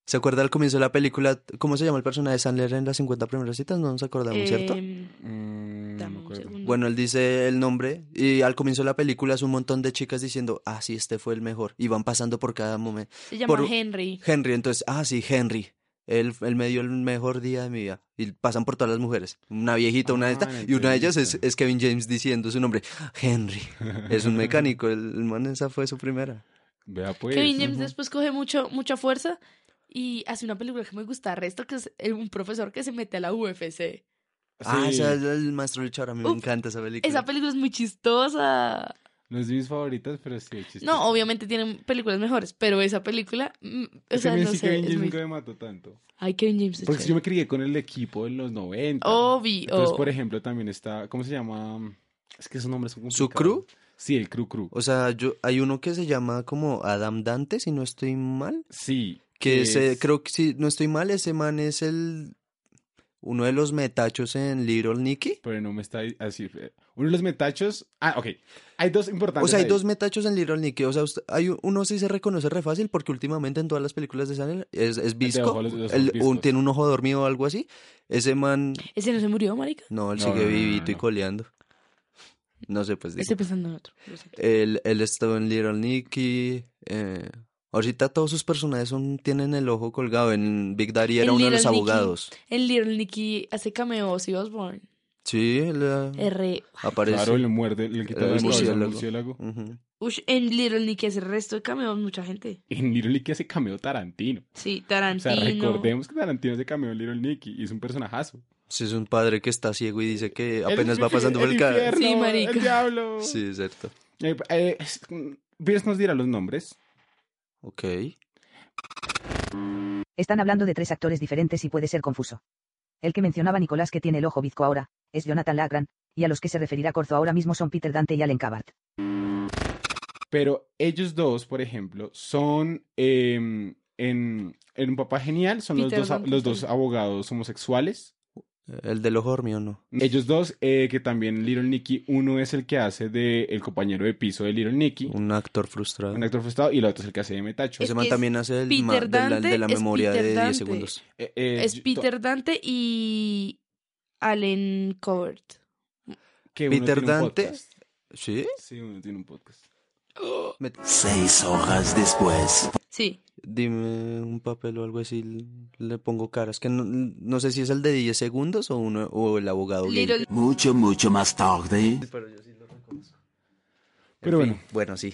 Speaker 3: ¿Se acuerda al comienzo de la película? ¿Cómo se llama el personaje de Sandler en las 50 primeras citas? No nos acordamos, ¿cierto?
Speaker 2: Eh,
Speaker 1: Mm, no
Speaker 2: dame
Speaker 1: me
Speaker 2: un
Speaker 1: acuerdo.
Speaker 2: segundo.
Speaker 3: Bueno, él dice el nombre y al comienzo de la película es un montón de chicas diciendo, ah, sí, este fue el mejor. Y van pasando por cada momento.
Speaker 2: Se llama
Speaker 3: por-
Speaker 2: Henry.
Speaker 3: Henry, entonces, ah, sí, Henry. Él, él me dio el mejor día de mi vida. Y pasan por todas las mujeres. Una viejita, una
Speaker 1: Ah,
Speaker 3: de estas.
Speaker 1: ya
Speaker 3: Y una de ellas es,
Speaker 1: entiendo.
Speaker 3: es Kevin James diciendo su nombre. Henry. Es un mecánico. El, el man esa fue su primera.
Speaker 1: Vea pues.
Speaker 2: Kevin James
Speaker 1: Ujú.
Speaker 2: después coge mucho, mucha fuerza y hace una película que me gusta resto, que es eh, un profesor que se mete a la UFC.
Speaker 3: Ah,
Speaker 1: Sí,
Speaker 3: esa es el maestro luchador. A mí me
Speaker 2: Uf,
Speaker 3: encanta esa película.
Speaker 2: Esa película es muy chistosa.
Speaker 1: No es de mis favoritas, pero sí. Chistoso.
Speaker 2: No, obviamente tienen películas mejores, pero esa película, mm, o
Speaker 1: Es que a
Speaker 2: sea,
Speaker 1: mí
Speaker 2: no
Speaker 1: sí Kevin
Speaker 2: sé, es
Speaker 1: James
Speaker 2: muy...
Speaker 1: nunca me mató tanto.
Speaker 2: Ay, Kevin James es
Speaker 1: Porque si yo
Speaker 2: chévere.
Speaker 1: me crié con el equipo en los 90.
Speaker 2: Obvio.
Speaker 1: Entonces, por ejemplo, también está. ¿Cómo se llama? Es que esos nombres son
Speaker 3: ¿Su
Speaker 1: complicados.
Speaker 3: crew?
Speaker 1: Sí, el Cru Cru.
Speaker 3: O sea, yo, hay uno que se llama como Adam Dante, si no estoy mal.
Speaker 1: Sí.
Speaker 3: Que ese-
Speaker 1: es-
Speaker 3: creo que si no estoy mal, ese man es el uno de los metachos en Little Nicky.
Speaker 1: Pero no me está así. eh, Uno de los metachos. Ah, ok. Hay dos importantes.
Speaker 3: O sea, hay
Speaker 1: ahí.
Speaker 3: dos metachos en Little Nicky. O sea, usted- hay un- uno sí se reconoce re fácil porque últimamente en todas las películas de Sandler es, es visco.
Speaker 1: ojo, los- los
Speaker 3: el-
Speaker 1: ojos
Speaker 3: un-
Speaker 1: viscos.
Speaker 3: tiene un ojo dormido o algo así. Ese man,
Speaker 2: ¿Ese no se murió, marica?
Speaker 3: no, él
Speaker 1: No,
Speaker 3: sigue
Speaker 1: no, no, no,
Speaker 3: vivito y
Speaker 1: no.
Speaker 3: coleando. No sé, pues digo.
Speaker 2: Estoy pensando en otro. lo siento.
Speaker 3: Él, él estuvo en Little Nicky. eh, ahorita todos sus personajes son, tienen el ojo colgado. En Big Daddy era
Speaker 2: En
Speaker 3: uno de los
Speaker 2: Little Nicky.
Speaker 3: abogados.
Speaker 2: El Little Nicky hace cameos y Osborne.
Speaker 3: Sí, él eh,
Speaker 1: Mm.
Speaker 2: R.
Speaker 3: aparece.
Speaker 1: Claro, le muerde, le quita
Speaker 3: El
Speaker 1: la cabeza al
Speaker 3: murciélago.
Speaker 1: murciélago.
Speaker 3: Ujú.
Speaker 2: Ush, en Little Nicky hace resto de cameos mucha gente.
Speaker 1: En Little Nicky hace cameo Tarantino.
Speaker 2: Sí,
Speaker 1: O sea,
Speaker 2: Tarantino.
Speaker 1: recordemos que Tarantino hace cameo en Little Nicky y es un personajazo.
Speaker 3: Sí, es un padre que está ciego y dice que
Speaker 1: El
Speaker 3: apenas va
Speaker 1: infi-
Speaker 3: pasando por el
Speaker 1: infierno,
Speaker 3: carro.
Speaker 2: Sí, marica.
Speaker 1: El diablo.
Speaker 3: Sí, es cierto.
Speaker 1: Eh, eh, es- Pierce nos dirá los nombres.
Speaker 3: Ok.
Speaker 4: Están hablando de tres actores diferentes y puede ser confuso. El que mencionaba Nicolás que tiene el ojo bizco ahora, es Jonathan Lagran, y a los que se referirá Corzo ahora mismo son Peter Dante y Allen Cabart.
Speaker 1: Pero ellos dos, por ejemplo, son eh, en, en Un Papá Genial, son los
Speaker 2: Peter
Speaker 1: dos, a-
Speaker 2: Van
Speaker 1: los
Speaker 2: Patten.
Speaker 1: dos abogados homosexuales.
Speaker 3: El del ojo dormido no.
Speaker 1: Ellos dos, eh, que también Little Nicky, uno es el que hace de el compañero de piso de Little Nicky,
Speaker 3: Un actor frustrado.
Speaker 1: un actor frustrado, y el otro es el que hace de Metacho.
Speaker 2: Es
Speaker 3: Ese
Speaker 2: que
Speaker 3: man también hace el ma-
Speaker 2: Peter
Speaker 3: de, la, de la
Speaker 2: Dante, es
Speaker 3: memoria
Speaker 2: Peter
Speaker 3: de 10
Speaker 2: Dante.
Speaker 3: segundos.
Speaker 1: Eh, eh,
Speaker 2: Es
Speaker 1: yo-
Speaker 2: Peter Dante y Allen Covert.
Speaker 1: que uno
Speaker 3: Peter
Speaker 1: tiene un
Speaker 3: Dante.
Speaker 1: podcast.
Speaker 3: ¿Sí?
Speaker 1: Sí, uno tiene un podcast.
Speaker 3: Me-
Speaker 5: Seis horas después.
Speaker 2: Sí.
Speaker 3: Dime un papel o algo así, l- le pongo caras. Que no, no sé si es el de 10 segundos o uno o el abogado gay.
Speaker 2: Little
Speaker 5: Mucho, mucho más tarde.
Speaker 1: Pero
Speaker 3: En fin,
Speaker 1: bueno,
Speaker 3: Bueno, sí.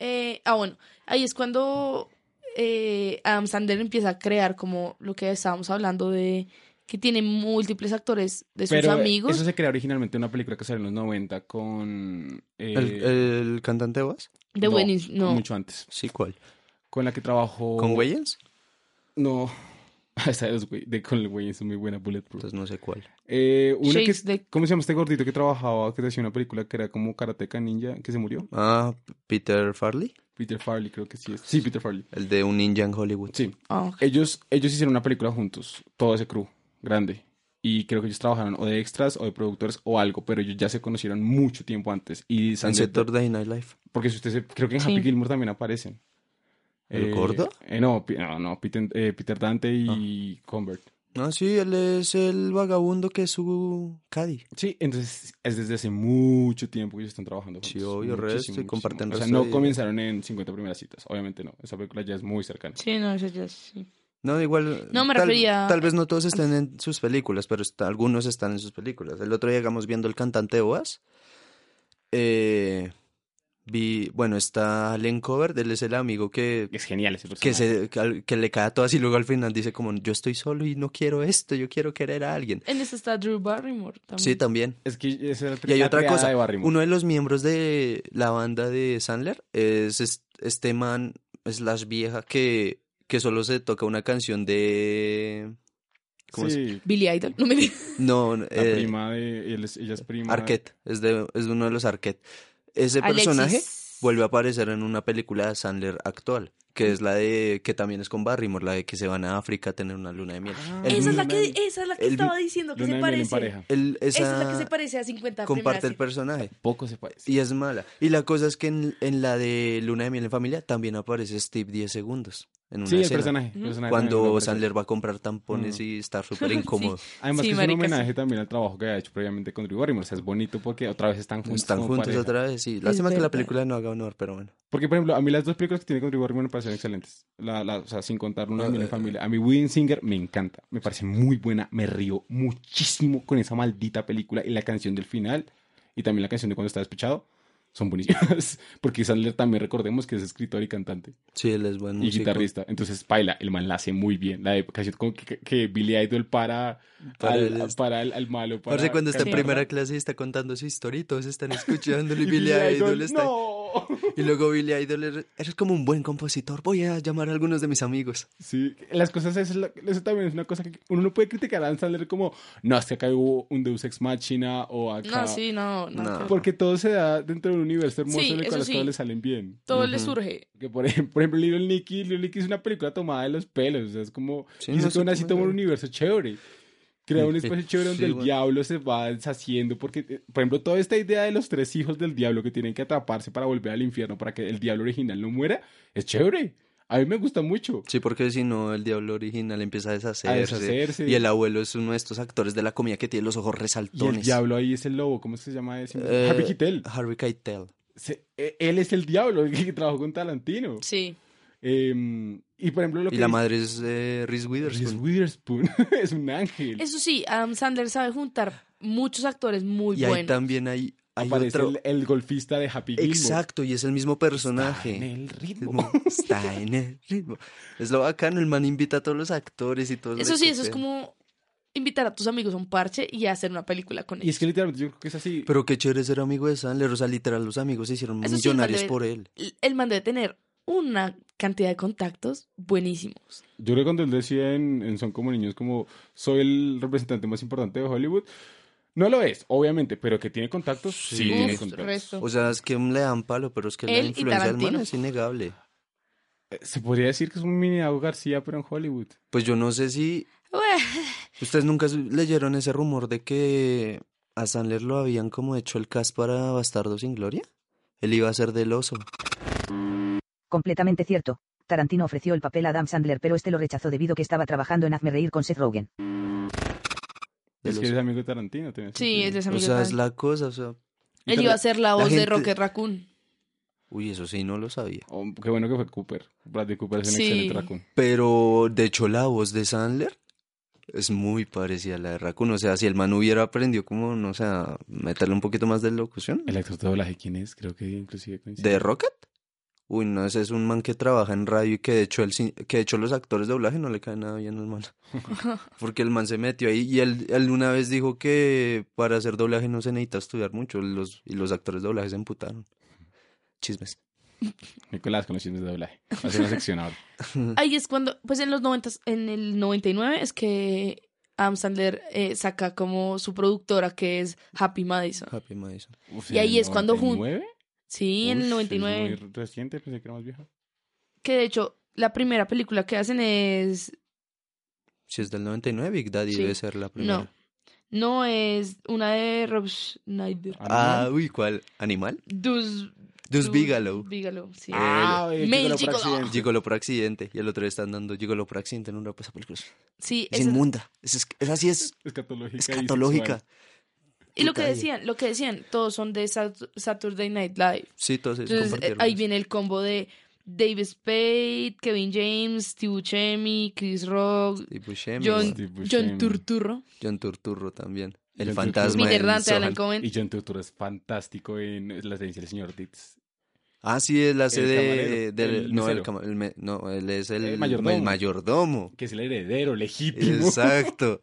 Speaker 2: Eh, ah, bueno, ahí es cuando eh, Adam Sandler empieza a crear como lo que estábamos hablando de que tiene múltiples actores de sus
Speaker 1: pero eh,
Speaker 2: amigos.
Speaker 1: eso se crea originalmente en una película que salió en los 90 con... eh,
Speaker 3: ¿El, el cantante vas?
Speaker 2: de
Speaker 1: no,
Speaker 2: Buenis- no.
Speaker 1: mucho antes.
Speaker 3: Sí, ¿cuál?
Speaker 1: Con la que trabajó...
Speaker 3: ¿Con Wayans?
Speaker 1: No. (laughs) Esa de los güey- de con el güey es muy buena, Bulletproof.
Speaker 3: Entonces no sé cuál.
Speaker 1: Eh, una que,
Speaker 2: Shakes de-
Speaker 1: ¿Cómo se llama este gordito que trabajaba, que hacía una película que era como Karateka Ninja, que se murió?
Speaker 3: Ah, Peter Farley,
Speaker 1: Peter Farley, creo que sí es. Sí, Peter Farley.
Speaker 3: el de un ninja en Hollywood.
Speaker 1: Sí.
Speaker 2: Ah, ok.
Speaker 1: Ellos, ellos hicieron una película juntos, todo ese crew, grande. Y creo que ellos trabajaron o de extras o de productores o algo, pero ellos ya se conocieron mucho tiempo antes. Y
Speaker 3: En
Speaker 1: Sandler-
Speaker 3: Saturday Night Live.
Speaker 1: Porque si usted se, creo que en
Speaker 2: Sí.
Speaker 1: Happy Gilmore también aparecen.
Speaker 3: ¿El gordo?
Speaker 1: eh, no, Pi- no, no, Peter, eh, Peter Dante y Convert.
Speaker 3: Ah, sí, él es el vagabundo que es su caddy.
Speaker 1: Sí, entonces es desde hace mucho tiempo que ellos están trabajando.
Speaker 3: Sí,
Speaker 1: juntos.
Speaker 3: obvio, resto, y
Speaker 1: Muchísimo,
Speaker 3: comparten
Speaker 1: muchísimo. O sea,
Speaker 3: resto
Speaker 1: no
Speaker 3: de-
Speaker 1: comenzaron en 50 primeras citas, obviamente no. Esa película ya es muy cercana.
Speaker 2: Sí, no, eso ya sí.
Speaker 3: No, igual.
Speaker 2: No, me
Speaker 3: tal,
Speaker 2: refería-
Speaker 3: Tal vez no todos estén en sus películas, pero está- algunos están en sus películas. El otro día, digamos, viendo el cantante Oas. eh, vi. Bueno, está Allen Cover, él es el amigo que.
Speaker 1: Es genial ese
Speaker 3: Que,
Speaker 1: personaje.
Speaker 3: se, que al- que le cae a todas y luego al final dice como yo estoy solo y no quiero esto, yo quiero querer a alguien.
Speaker 2: En esta está Drew Barrymore también.
Speaker 3: Sí, también.
Speaker 1: Es que esa es
Speaker 3: Y hay
Speaker 1: la
Speaker 3: otra
Speaker 1: creada
Speaker 3: cosa,
Speaker 1: de Barrymore.
Speaker 3: uno de los miembros de la banda de Sandler es es- este man slash vieja que, que solo se toca una canción de... ¿Cómo se-
Speaker 1: Sí,
Speaker 2: Billy Idol. No me
Speaker 3: No,
Speaker 1: la
Speaker 3: eh,
Speaker 1: prima de... él es- ella es prima...
Speaker 3: Arquette, es de, es de uno de los Arquette. Ese personaje vuelve a aparecer en una película de Sandler actual, que es la de, que también es con Barrymore, la de que se van a África a tener una luna de miel.
Speaker 1: Ah.
Speaker 3: El-
Speaker 2: Esa es la que,
Speaker 1: Luna-
Speaker 2: esa es la que
Speaker 3: el-
Speaker 2: estaba diciendo que
Speaker 1: Luna
Speaker 2: se
Speaker 1: de miel en
Speaker 2: parece.
Speaker 1: pareja.
Speaker 3: el-
Speaker 2: Esa es la
Speaker 3: esa
Speaker 2: que se parece a 50
Speaker 3: comparte el
Speaker 2: primeras
Speaker 3: personaje.
Speaker 1: Poco se parece.
Speaker 3: Y es mala. Y la cosa es que en, en la de Luna de Miel en Familia también aparece Steve 10 segundos. En una
Speaker 1: Sí, el
Speaker 3: escena.
Speaker 1: personaje.
Speaker 2: Ujú.
Speaker 1: el personaje Mm. también lo
Speaker 3: Cuando
Speaker 1: aparece.
Speaker 3: Sandler va a comprar tampones
Speaker 1: Ujú.
Speaker 3: y
Speaker 2: (laughs)
Speaker 3: está súper incómodo.
Speaker 1: Además
Speaker 2: Sí,
Speaker 1: que es
Speaker 2: marica,
Speaker 1: un homenaje también al trabajo que ha hecho previamente con Drew Barrymore. O sea, es bonito porque otra vez están juntos.
Speaker 3: Están
Speaker 1: como
Speaker 3: juntos
Speaker 1: pareja.
Speaker 3: otra vez. Y lástima que la
Speaker 2: verdad.
Speaker 3: película no haga honor, pero bueno.
Speaker 1: Porque, por ejemplo, a mí las dos películas que tiene con Drew Barrymore me parecen excelentes. La, la- o sea, sin contar una de
Speaker 3: Ah, eh,
Speaker 1: Mil en familia. A mí Wedding Singer me encanta. Me parece muy buena. Me río muchísimo con esa maldita película. Y la canción del final y también la canción de cuando está despechado son buenísimas. (laughs) Porque Sandler también recordemos que es escritor y cantante
Speaker 3: Sí, él es buen
Speaker 1: y
Speaker 3: músico.
Speaker 1: guitarrista. Entonces, Paila, el man la hace muy bien. La de canción como que, que Billy Idol para,
Speaker 3: Para
Speaker 1: al,
Speaker 3: el-
Speaker 1: para al- al malo. Para
Speaker 3: Parece cuando está en
Speaker 1: cantarla. (laughs)
Speaker 3: primera clase y está contando su historia y todos están escuchándolo y
Speaker 1: Y
Speaker 3: Billy Idol
Speaker 1: No.
Speaker 3: está...
Speaker 1: no.
Speaker 3: Y luego Billy Idol, er- eres como un buen compositor, voy a llamar a algunos de mis amigos.
Speaker 1: Sí, las cosas, eso, es lo- eso también es una cosa que uno no puede criticar a Dan Sandler como, no, es que acá hubo un Deus Ex Machina o acá.
Speaker 2: No, sí, no, no.
Speaker 3: No.
Speaker 2: que-
Speaker 1: Porque todo se da dentro de un universo hermoso
Speaker 2: Sí,
Speaker 1: en el
Speaker 2: eso
Speaker 1: cual las
Speaker 2: sí.
Speaker 1: cosas le salen bien.
Speaker 2: Todo le
Speaker 3: Ujú.
Speaker 2: surge.
Speaker 1: Que por (laughs) ejemplo, por ejemplo Little Nicky, Little Nicky es una película tomada de los pelos. O sea, es como.
Speaker 3: Sí,
Speaker 1: y
Speaker 3: no
Speaker 1: eso
Speaker 3: sé
Speaker 1: aún así
Speaker 3: cómo
Speaker 1: toma un
Speaker 3: era.
Speaker 1: universo chévere. Crea un espacio chévere donde
Speaker 3: Sí,
Speaker 1: el
Speaker 3: bueno.
Speaker 1: diablo se va deshaciendo. Porque, eh, por ejemplo, toda esta idea de los tres hijos del diablo que tienen que atraparse para volver al infierno, para que el diablo original no muera, es chévere. A mí me gusta mucho.
Speaker 3: Sí, porque si no, el diablo original empieza a deshacerse.
Speaker 1: deshacerse.
Speaker 3: Y el abuelo es uno de estos actores de la comida que tiene los
Speaker 1: Y
Speaker 3: ojos
Speaker 1: el
Speaker 3: resaltones.
Speaker 1: diablo ahí es el lobo. ¿Cómo es que se llama ese?
Speaker 3: Eh,
Speaker 1: Harvey Keitel.
Speaker 3: Harvey Keitel.
Speaker 1: Se- eh, él es el diablo (laughs) el que trabajó con Tarantino.
Speaker 2: Sí.
Speaker 1: Em, y por ejemplo, lo
Speaker 3: Y
Speaker 1: que
Speaker 3: la
Speaker 1: dice-
Speaker 3: madre es eh,
Speaker 1: Reese
Speaker 3: Reese Witherspoon.
Speaker 1: Witherspoon (laughs) es un ángel.
Speaker 2: Eso sí, Adam Sandler sabe juntar muchos actores muy
Speaker 3: Y ahí
Speaker 2: buenos.
Speaker 3: también hay, hay
Speaker 1: Aparece
Speaker 3: otro.
Speaker 1: el, el golfista de Happy Gilmore.
Speaker 3: Exacto, y es el mismo
Speaker 1: Está
Speaker 3: personaje.
Speaker 1: en el
Speaker 3: Es
Speaker 1: ritmo.
Speaker 3: mo- (laughs) Está en el ritmo. Es lo bacano, el man invita a todos los actores y todos.
Speaker 2: Eso
Speaker 3: le
Speaker 2: sí, eso es
Speaker 3: copian.
Speaker 2: como invitar a tus amigos a un parche y hacer una película con
Speaker 1: Y es
Speaker 2: ellos.
Speaker 1: que literalmente yo creo que es así.
Speaker 3: Pero qué chévere ser amigo de Sandler. O sea, literal, los amigos se hicieron
Speaker 2: Eso sí, el man
Speaker 3: millonarios
Speaker 2: debe-
Speaker 3: por él.
Speaker 2: El- El man debe tener una cantidad de contactos buenísimos.
Speaker 1: Yo creo que cuando él decía en, en Son como niños, como soy el representante más importante de Hollywood, no lo es, obviamente, pero que tiene contactos, sí,
Speaker 3: Sí.
Speaker 1: tiene
Speaker 2: Uf,
Speaker 1: contactos.
Speaker 2: resto.
Speaker 3: O sea, es que le dan palo, pero es que
Speaker 2: Él
Speaker 3: la
Speaker 2: y
Speaker 3: influencia del man
Speaker 2: Tarantino.
Speaker 3: es innegable.
Speaker 1: Eh, Se podría decir que es un mini Dago García, pero en Hollywood.
Speaker 3: Pues yo no sé si.
Speaker 2: Bueno,
Speaker 3: ¿Ustedes nunca su- leyeron ese rumor de que a Sandler lo habían como hecho el cast para Bastardo sin Gloria? Él iba a ser del oso.
Speaker 4: Completamente cierto. Tarantino ofreció el papel a Adam Sandler, pero este lo rechazó debido que estaba trabajando en Hazme reír con Seth Rogen.
Speaker 3: Del
Speaker 1: Es que
Speaker 3: oso.
Speaker 1: eres amigo de Tarantino tiene
Speaker 2: Sí,
Speaker 1: sentido.
Speaker 2: él es
Speaker 3: O
Speaker 2: amigo de
Speaker 3: sea, es
Speaker 2: Tarantino.
Speaker 3: la cosa. O sea,
Speaker 2: Él iba a ser la
Speaker 3: la
Speaker 2: voz de
Speaker 3: gente-
Speaker 2: Rocket Raccoon.
Speaker 3: uy, eso sí, no lo sabía.
Speaker 1: Oh, qué bueno que fue Cooper. Bradley Cooper es un
Speaker 2: Sí.
Speaker 1: excelente raccoon.
Speaker 3: Pero de hecho la voz de Sandler es muy parecida a la de Raccoon. O sea, si el man hubiera aprendido como, no sé, a meterle un poquito más de locución.
Speaker 1: El actor de doblaje, ¿quién es? Creo que inclusive coincide.
Speaker 3: ¿De Rocket? Uy, no, ese es un man que trabaja en radio y que de hecho, el, que de hecho los actores de doblaje no le caen nada bien
Speaker 2: (laughs)
Speaker 3: al man. (laughs) Porque el man se metió ahí y él, él una vez dijo que para hacer doblaje no se necesita estudiar mucho los, y los actores de doblaje se emputaron. Chismes.
Speaker 1: Nicolás con los chismes de doblaje. Hace una sección ahora.
Speaker 2: Ahí es cuando, pues en los 90, en el 99 es que Adam Sandler eh, saca como su productora que es Happy Madison.
Speaker 3: Happy Madison.
Speaker 1: Uf,
Speaker 2: Y ahí
Speaker 1: ¿en
Speaker 2: es cuando jun-
Speaker 1: 99?
Speaker 2: Sí,
Speaker 1: Uy,
Speaker 2: en el
Speaker 1: es
Speaker 2: 99.
Speaker 1: muy reciente, pensé que era más vieja.
Speaker 2: Que de hecho, la primera película que hacen es.
Speaker 3: Si es del 99, Big Daddy
Speaker 2: Sí.
Speaker 3: debe ser la primera.
Speaker 2: No. No es una de Rob Schneider.
Speaker 3: Ah, uy, ¿cuál? ¿Animal?
Speaker 2: Dus.
Speaker 3: Dus Bigelow.
Speaker 2: Bigelow, sí.
Speaker 1: Ah,
Speaker 2: El-
Speaker 1: eh,
Speaker 2: Male
Speaker 1: Gigolo por
Speaker 2: Gigolo.
Speaker 1: accidente.
Speaker 3: Gigolo por accidente. Y el otro día están dando Gigolo por accidente en una pues, película.
Speaker 2: Sí,
Speaker 3: Es
Speaker 2: esa-
Speaker 3: inmunda. Es, es- esa sí es
Speaker 1: Escatológica. y
Speaker 3: escatológica.
Speaker 1: sexual.
Speaker 2: Y lo que
Speaker 3: Detalle.
Speaker 2: decían, lo que decían, todos son de Sat- Saturday Night Live.
Speaker 3: Sí, todos ellos
Speaker 2: Entonces, eh,
Speaker 3: compartieron
Speaker 2: ahí
Speaker 3: eso.
Speaker 2: viene el combo de Dave Spade, Kevin James, Steve Buscemi, Chris Rock,
Speaker 3: Y Buscemi,
Speaker 2: John,
Speaker 3: güey.
Speaker 1: Steve Buscemi.
Speaker 2: John Turturro,
Speaker 3: John Turturro también. El
Speaker 1: John
Speaker 3: fantasma.
Speaker 1: Turturro.
Speaker 2: Peter
Speaker 3: del
Speaker 2: Dante, Alan
Speaker 3: Sohan.
Speaker 2: Cohen.
Speaker 1: Y John Turturro es fantástico en La herencia del señor Ditz.
Speaker 3: Ah, sí, él hace
Speaker 1: El
Speaker 3: de,
Speaker 1: camarero,
Speaker 3: del-
Speaker 1: el
Speaker 3: no, el
Speaker 1: mesero.
Speaker 3: cama- el me- no, él es el,
Speaker 1: El mayordomo.
Speaker 3: el mayordomo.
Speaker 1: Que es el heredero legítimo. (laughs)
Speaker 3: Exacto.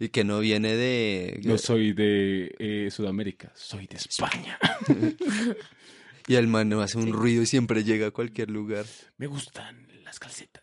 Speaker 3: y que no viene de...
Speaker 1: No soy de eh, Sudamérica, soy de España.
Speaker 3: Y el man no hace un ruido y siempre llega a cualquier lugar.
Speaker 1: Me gustan las
Speaker 3: (laughs)
Speaker 1: calcetas.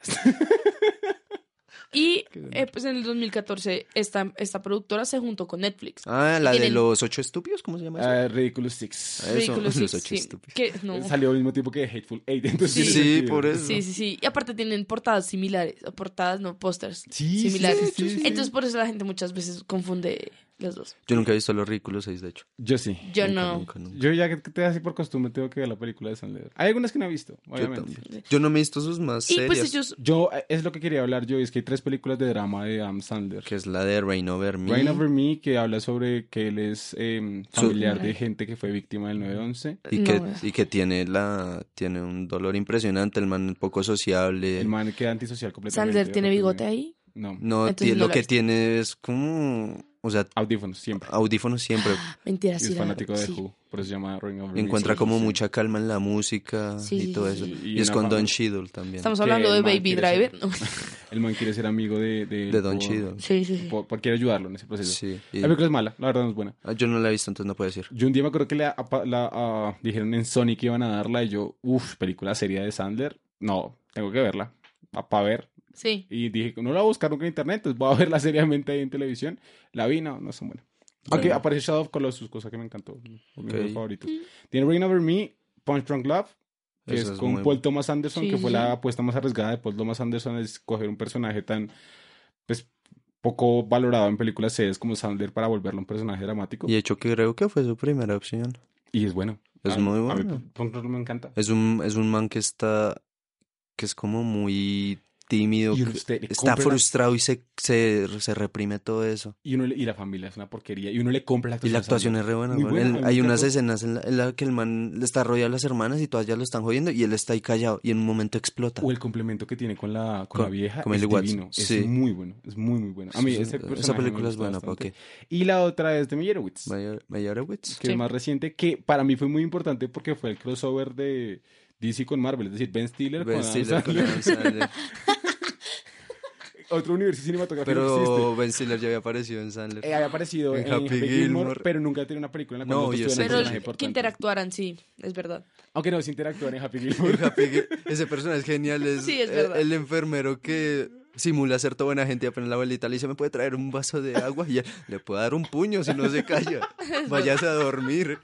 Speaker 2: Y
Speaker 3: Qué
Speaker 2: eh, pues en el 2014 esta, esta productora se juntó con Netflix.
Speaker 3: Ah, la de
Speaker 2: Tienen-
Speaker 3: los ocho estúpidos, ¿cómo se llama eso?
Speaker 1: Ah, Ridiculous Six.
Speaker 3: eso, (laughs)
Speaker 2: Ridiculous
Speaker 3: los
Speaker 2: Six,
Speaker 3: ocho
Speaker 2: sí,
Speaker 3: estúpidos.
Speaker 2: que- no.
Speaker 1: Salió al mismo tiempo que Hateful Eight. (laughs) Entonces
Speaker 2: Sí.
Speaker 1: tiene
Speaker 3: Sí,
Speaker 1: sentido.
Speaker 3: por eso.
Speaker 2: Sí, sí, sí. Y aparte tienen portadas similares, o portadas, no, pósters
Speaker 1: Sí, sí,
Speaker 2: similares.
Speaker 1: sí, sí, sí.
Speaker 2: Entonces por eso la gente muchas veces confunde las dos.
Speaker 3: Yo nunca he visto Los Ridículos 6, de hecho.
Speaker 1: Yo sí.
Speaker 2: Yo
Speaker 3: Nunca,
Speaker 2: no.
Speaker 3: nunca, nunca.
Speaker 1: Yo ya que te así por costumbre tengo que ver la película de Sandler. Hay algunas que no he visto,
Speaker 3: Yo,
Speaker 1: obviamente.
Speaker 3: también. Yo no me he visto sus más
Speaker 2: Y pues
Speaker 3: serias,
Speaker 2: ellos,
Speaker 1: Yo, eh, es lo que quería hablar yo, es que hay tres películas de drama de Adam Sandler.
Speaker 3: que es la de Rain Over Me.
Speaker 1: Rain Over Me, que habla sobre que él es eh, familiar de
Speaker 2: Right.
Speaker 1: gente que fue víctima del 9-11.
Speaker 3: Y,
Speaker 2: No,
Speaker 3: que,
Speaker 2: eh.
Speaker 3: y que tiene la tiene un dolor impresionante, el man poco sociable.
Speaker 1: El man queda antisocial completamente.
Speaker 2: Sandler tiene
Speaker 1: Rain
Speaker 2: bigote
Speaker 1: Over
Speaker 2: ahí.
Speaker 1: Me. No.
Speaker 3: No,
Speaker 2: Entonces
Speaker 3: tie-
Speaker 2: no
Speaker 3: lo
Speaker 2: la
Speaker 3: que
Speaker 2: viste.
Speaker 3: tiene es como O sea,
Speaker 1: Audífonos, siempre.
Speaker 3: audífonos siempre.
Speaker 2: Mentira, sí.
Speaker 1: es
Speaker 2: la verdad,
Speaker 1: fanático de
Speaker 2: sí.
Speaker 1: Who, por eso se llama Ring of Remix.
Speaker 3: Encuentra
Speaker 2: Sí,
Speaker 3: como
Speaker 2: sí.
Speaker 3: mucha calma en la música
Speaker 2: Sí, sí,
Speaker 3: y todo
Speaker 2: sí,
Speaker 3: eso.
Speaker 2: sí.
Speaker 1: Y
Speaker 3: Y es
Speaker 1: una
Speaker 3: con
Speaker 1: fama-
Speaker 3: Don Cheadle también.
Speaker 2: Estamos
Speaker 1: que
Speaker 2: hablando de
Speaker 1: el man
Speaker 2: Baby
Speaker 1: quiere ser-
Speaker 2: Driver. No,
Speaker 1: (laughs) El man quiere ser amigo de... De,
Speaker 3: De Don
Speaker 1: por-
Speaker 3: Cheadle.
Speaker 2: sí, sí, sí.
Speaker 1: por- por- quiere ayudarlo en ese proceso.
Speaker 3: Sí. y-
Speaker 1: La película es mala, la verdad no es buena.
Speaker 3: Ah, Yo no la he visto, entonces no puedo decir.
Speaker 1: Yo un día me acuerdo que le apa- la, ah, dijeron en Sony que iban a darla y yo, uff, película seria de Sandler. No, tengo que verla. Para ver.
Speaker 2: Sí.
Speaker 1: Y dije, no la voy a buscar nunca en internet, entonces voy a (laughs) verla seriamente ahí en televisión. La vi, no, no es tan buena. Aunque
Speaker 3: Bueno.
Speaker 1: aparece Shadow of Colossus, cosa que me encantó. Mis
Speaker 3: Ok.
Speaker 1: juegos favoritos. Tiene Rain Over Me, Punch Drunk Love, que
Speaker 3: Esa
Speaker 1: es
Speaker 3: es
Speaker 1: con
Speaker 3: muy-
Speaker 1: Paul Thomas Anderson,
Speaker 2: Sí,
Speaker 1: que
Speaker 2: sí,
Speaker 1: fue
Speaker 2: sí.
Speaker 1: la apuesta más arriesgada de Paul Thomas Anderson, es coger un personaje tan pues, poco valorado en películas series como Sandler para volverlo un personaje dramático.
Speaker 3: Y hecho que creo que fue su primera opción.
Speaker 1: Y es bueno.
Speaker 3: Es
Speaker 1: A-
Speaker 3: muy
Speaker 1: A mí
Speaker 3: bueno.
Speaker 1: Punch Drunk Love me encanta.
Speaker 3: Es un, es un man que está. que es como muy tímido.
Speaker 1: Y
Speaker 3: que
Speaker 1: uno usted le
Speaker 3: Está
Speaker 1: compra la-
Speaker 3: frustrado y se, se, se reprime todo eso.
Speaker 1: y, uno le- y la familia es una porquería. Y uno le compra la actuación.
Speaker 3: Y la
Speaker 1: a Sandler.
Speaker 3: actuación es re buena.
Speaker 1: Muy
Speaker 3: weón.
Speaker 1: buena, a
Speaker 3: El-
Speaker 1: mí me
Speaker 3: hay unas
Speaker 1: encantó.
Speaker 3: escenas en la, en la que el man le está rodeado a las hermanas y todas ya lo están jodiendo y él está ahí callado y en un momento explota.
Speaker 1: O el complemento que tiene con la, con
Speaker 3: Con-
Speaker 1: la vieja
Speaker 3: con
Speaker 1: es
Speaker 3: Emily Watson,
Speaker 1: divino. Es
Speaker 3: sí.
Speaker 1: muy bueno. Es muy, muy bueno. A mí
Speaker 3: Sí, sí,
Speaker 1: ese
Speaker 3: esa
Speaker 1: personaje me
Speaker 3: película es
Speaker 1: gusta
Speaker 3: buena, ¿para
Speaker 1: bastante.
Speaker 3: qué?
Speaker 1: Y la otra es de Meyerowitz.
Speaker 3: Mayor- Meyerowitz.
Speaker 1: que
Speaker 2: Sí.
Speaker 1: es más reciente, que para mí fue muy importante porque fue el crossover de DC con Marvel, es decir, Ben Stiller
Speaker 3: Ben
Speaker 1: con Adam
Speaker 3: Stiller con
Speaker 1: Sandler.
Speaker 3: Adam Sandler.
Speaker 1: (laughs) otro universo cinematográfico que existe.
Speaker 3: Pero Ben Stiller ya había aparecido en Sandler.
Speaker 1: Eh, había aparecido en, Happy Gilmore, pero nunca tiene una película en la cual
Speaker 3: No,
Speaker 1: los dos
Speaker 3: yo
Speaker 1: tuvieran
Speaker 3: sé.
Speaker 1: un
Speaker 2: Pero
Speaker 1: personaje
Speaker 2: que
Speaker 1: importante.
Speaker 2: interactuaran, sí, es verdad. (laughs)
Speaker 1: Aunque no, se interactúan en
Speaker 3: (laughs)
Speaker 1: Happy
Speaker 3: El
Speaker 1: Gilmore. (laughs)
Speaker 3: Happy Gil- Ese personaje es genial. Es,
Speaker 2: Sí, es
Speaker 3: el-
Speaker 2: verdad.
Speaker 3: El, enfermero que simula ser toda buena gente y apenas la abuelita le dice, ¿me puede traer un vaso de agua? Y él, le puedo dar un puño si no se calla.
Speaker 2: (laughs)
Speaker 3: Váyase a dormir.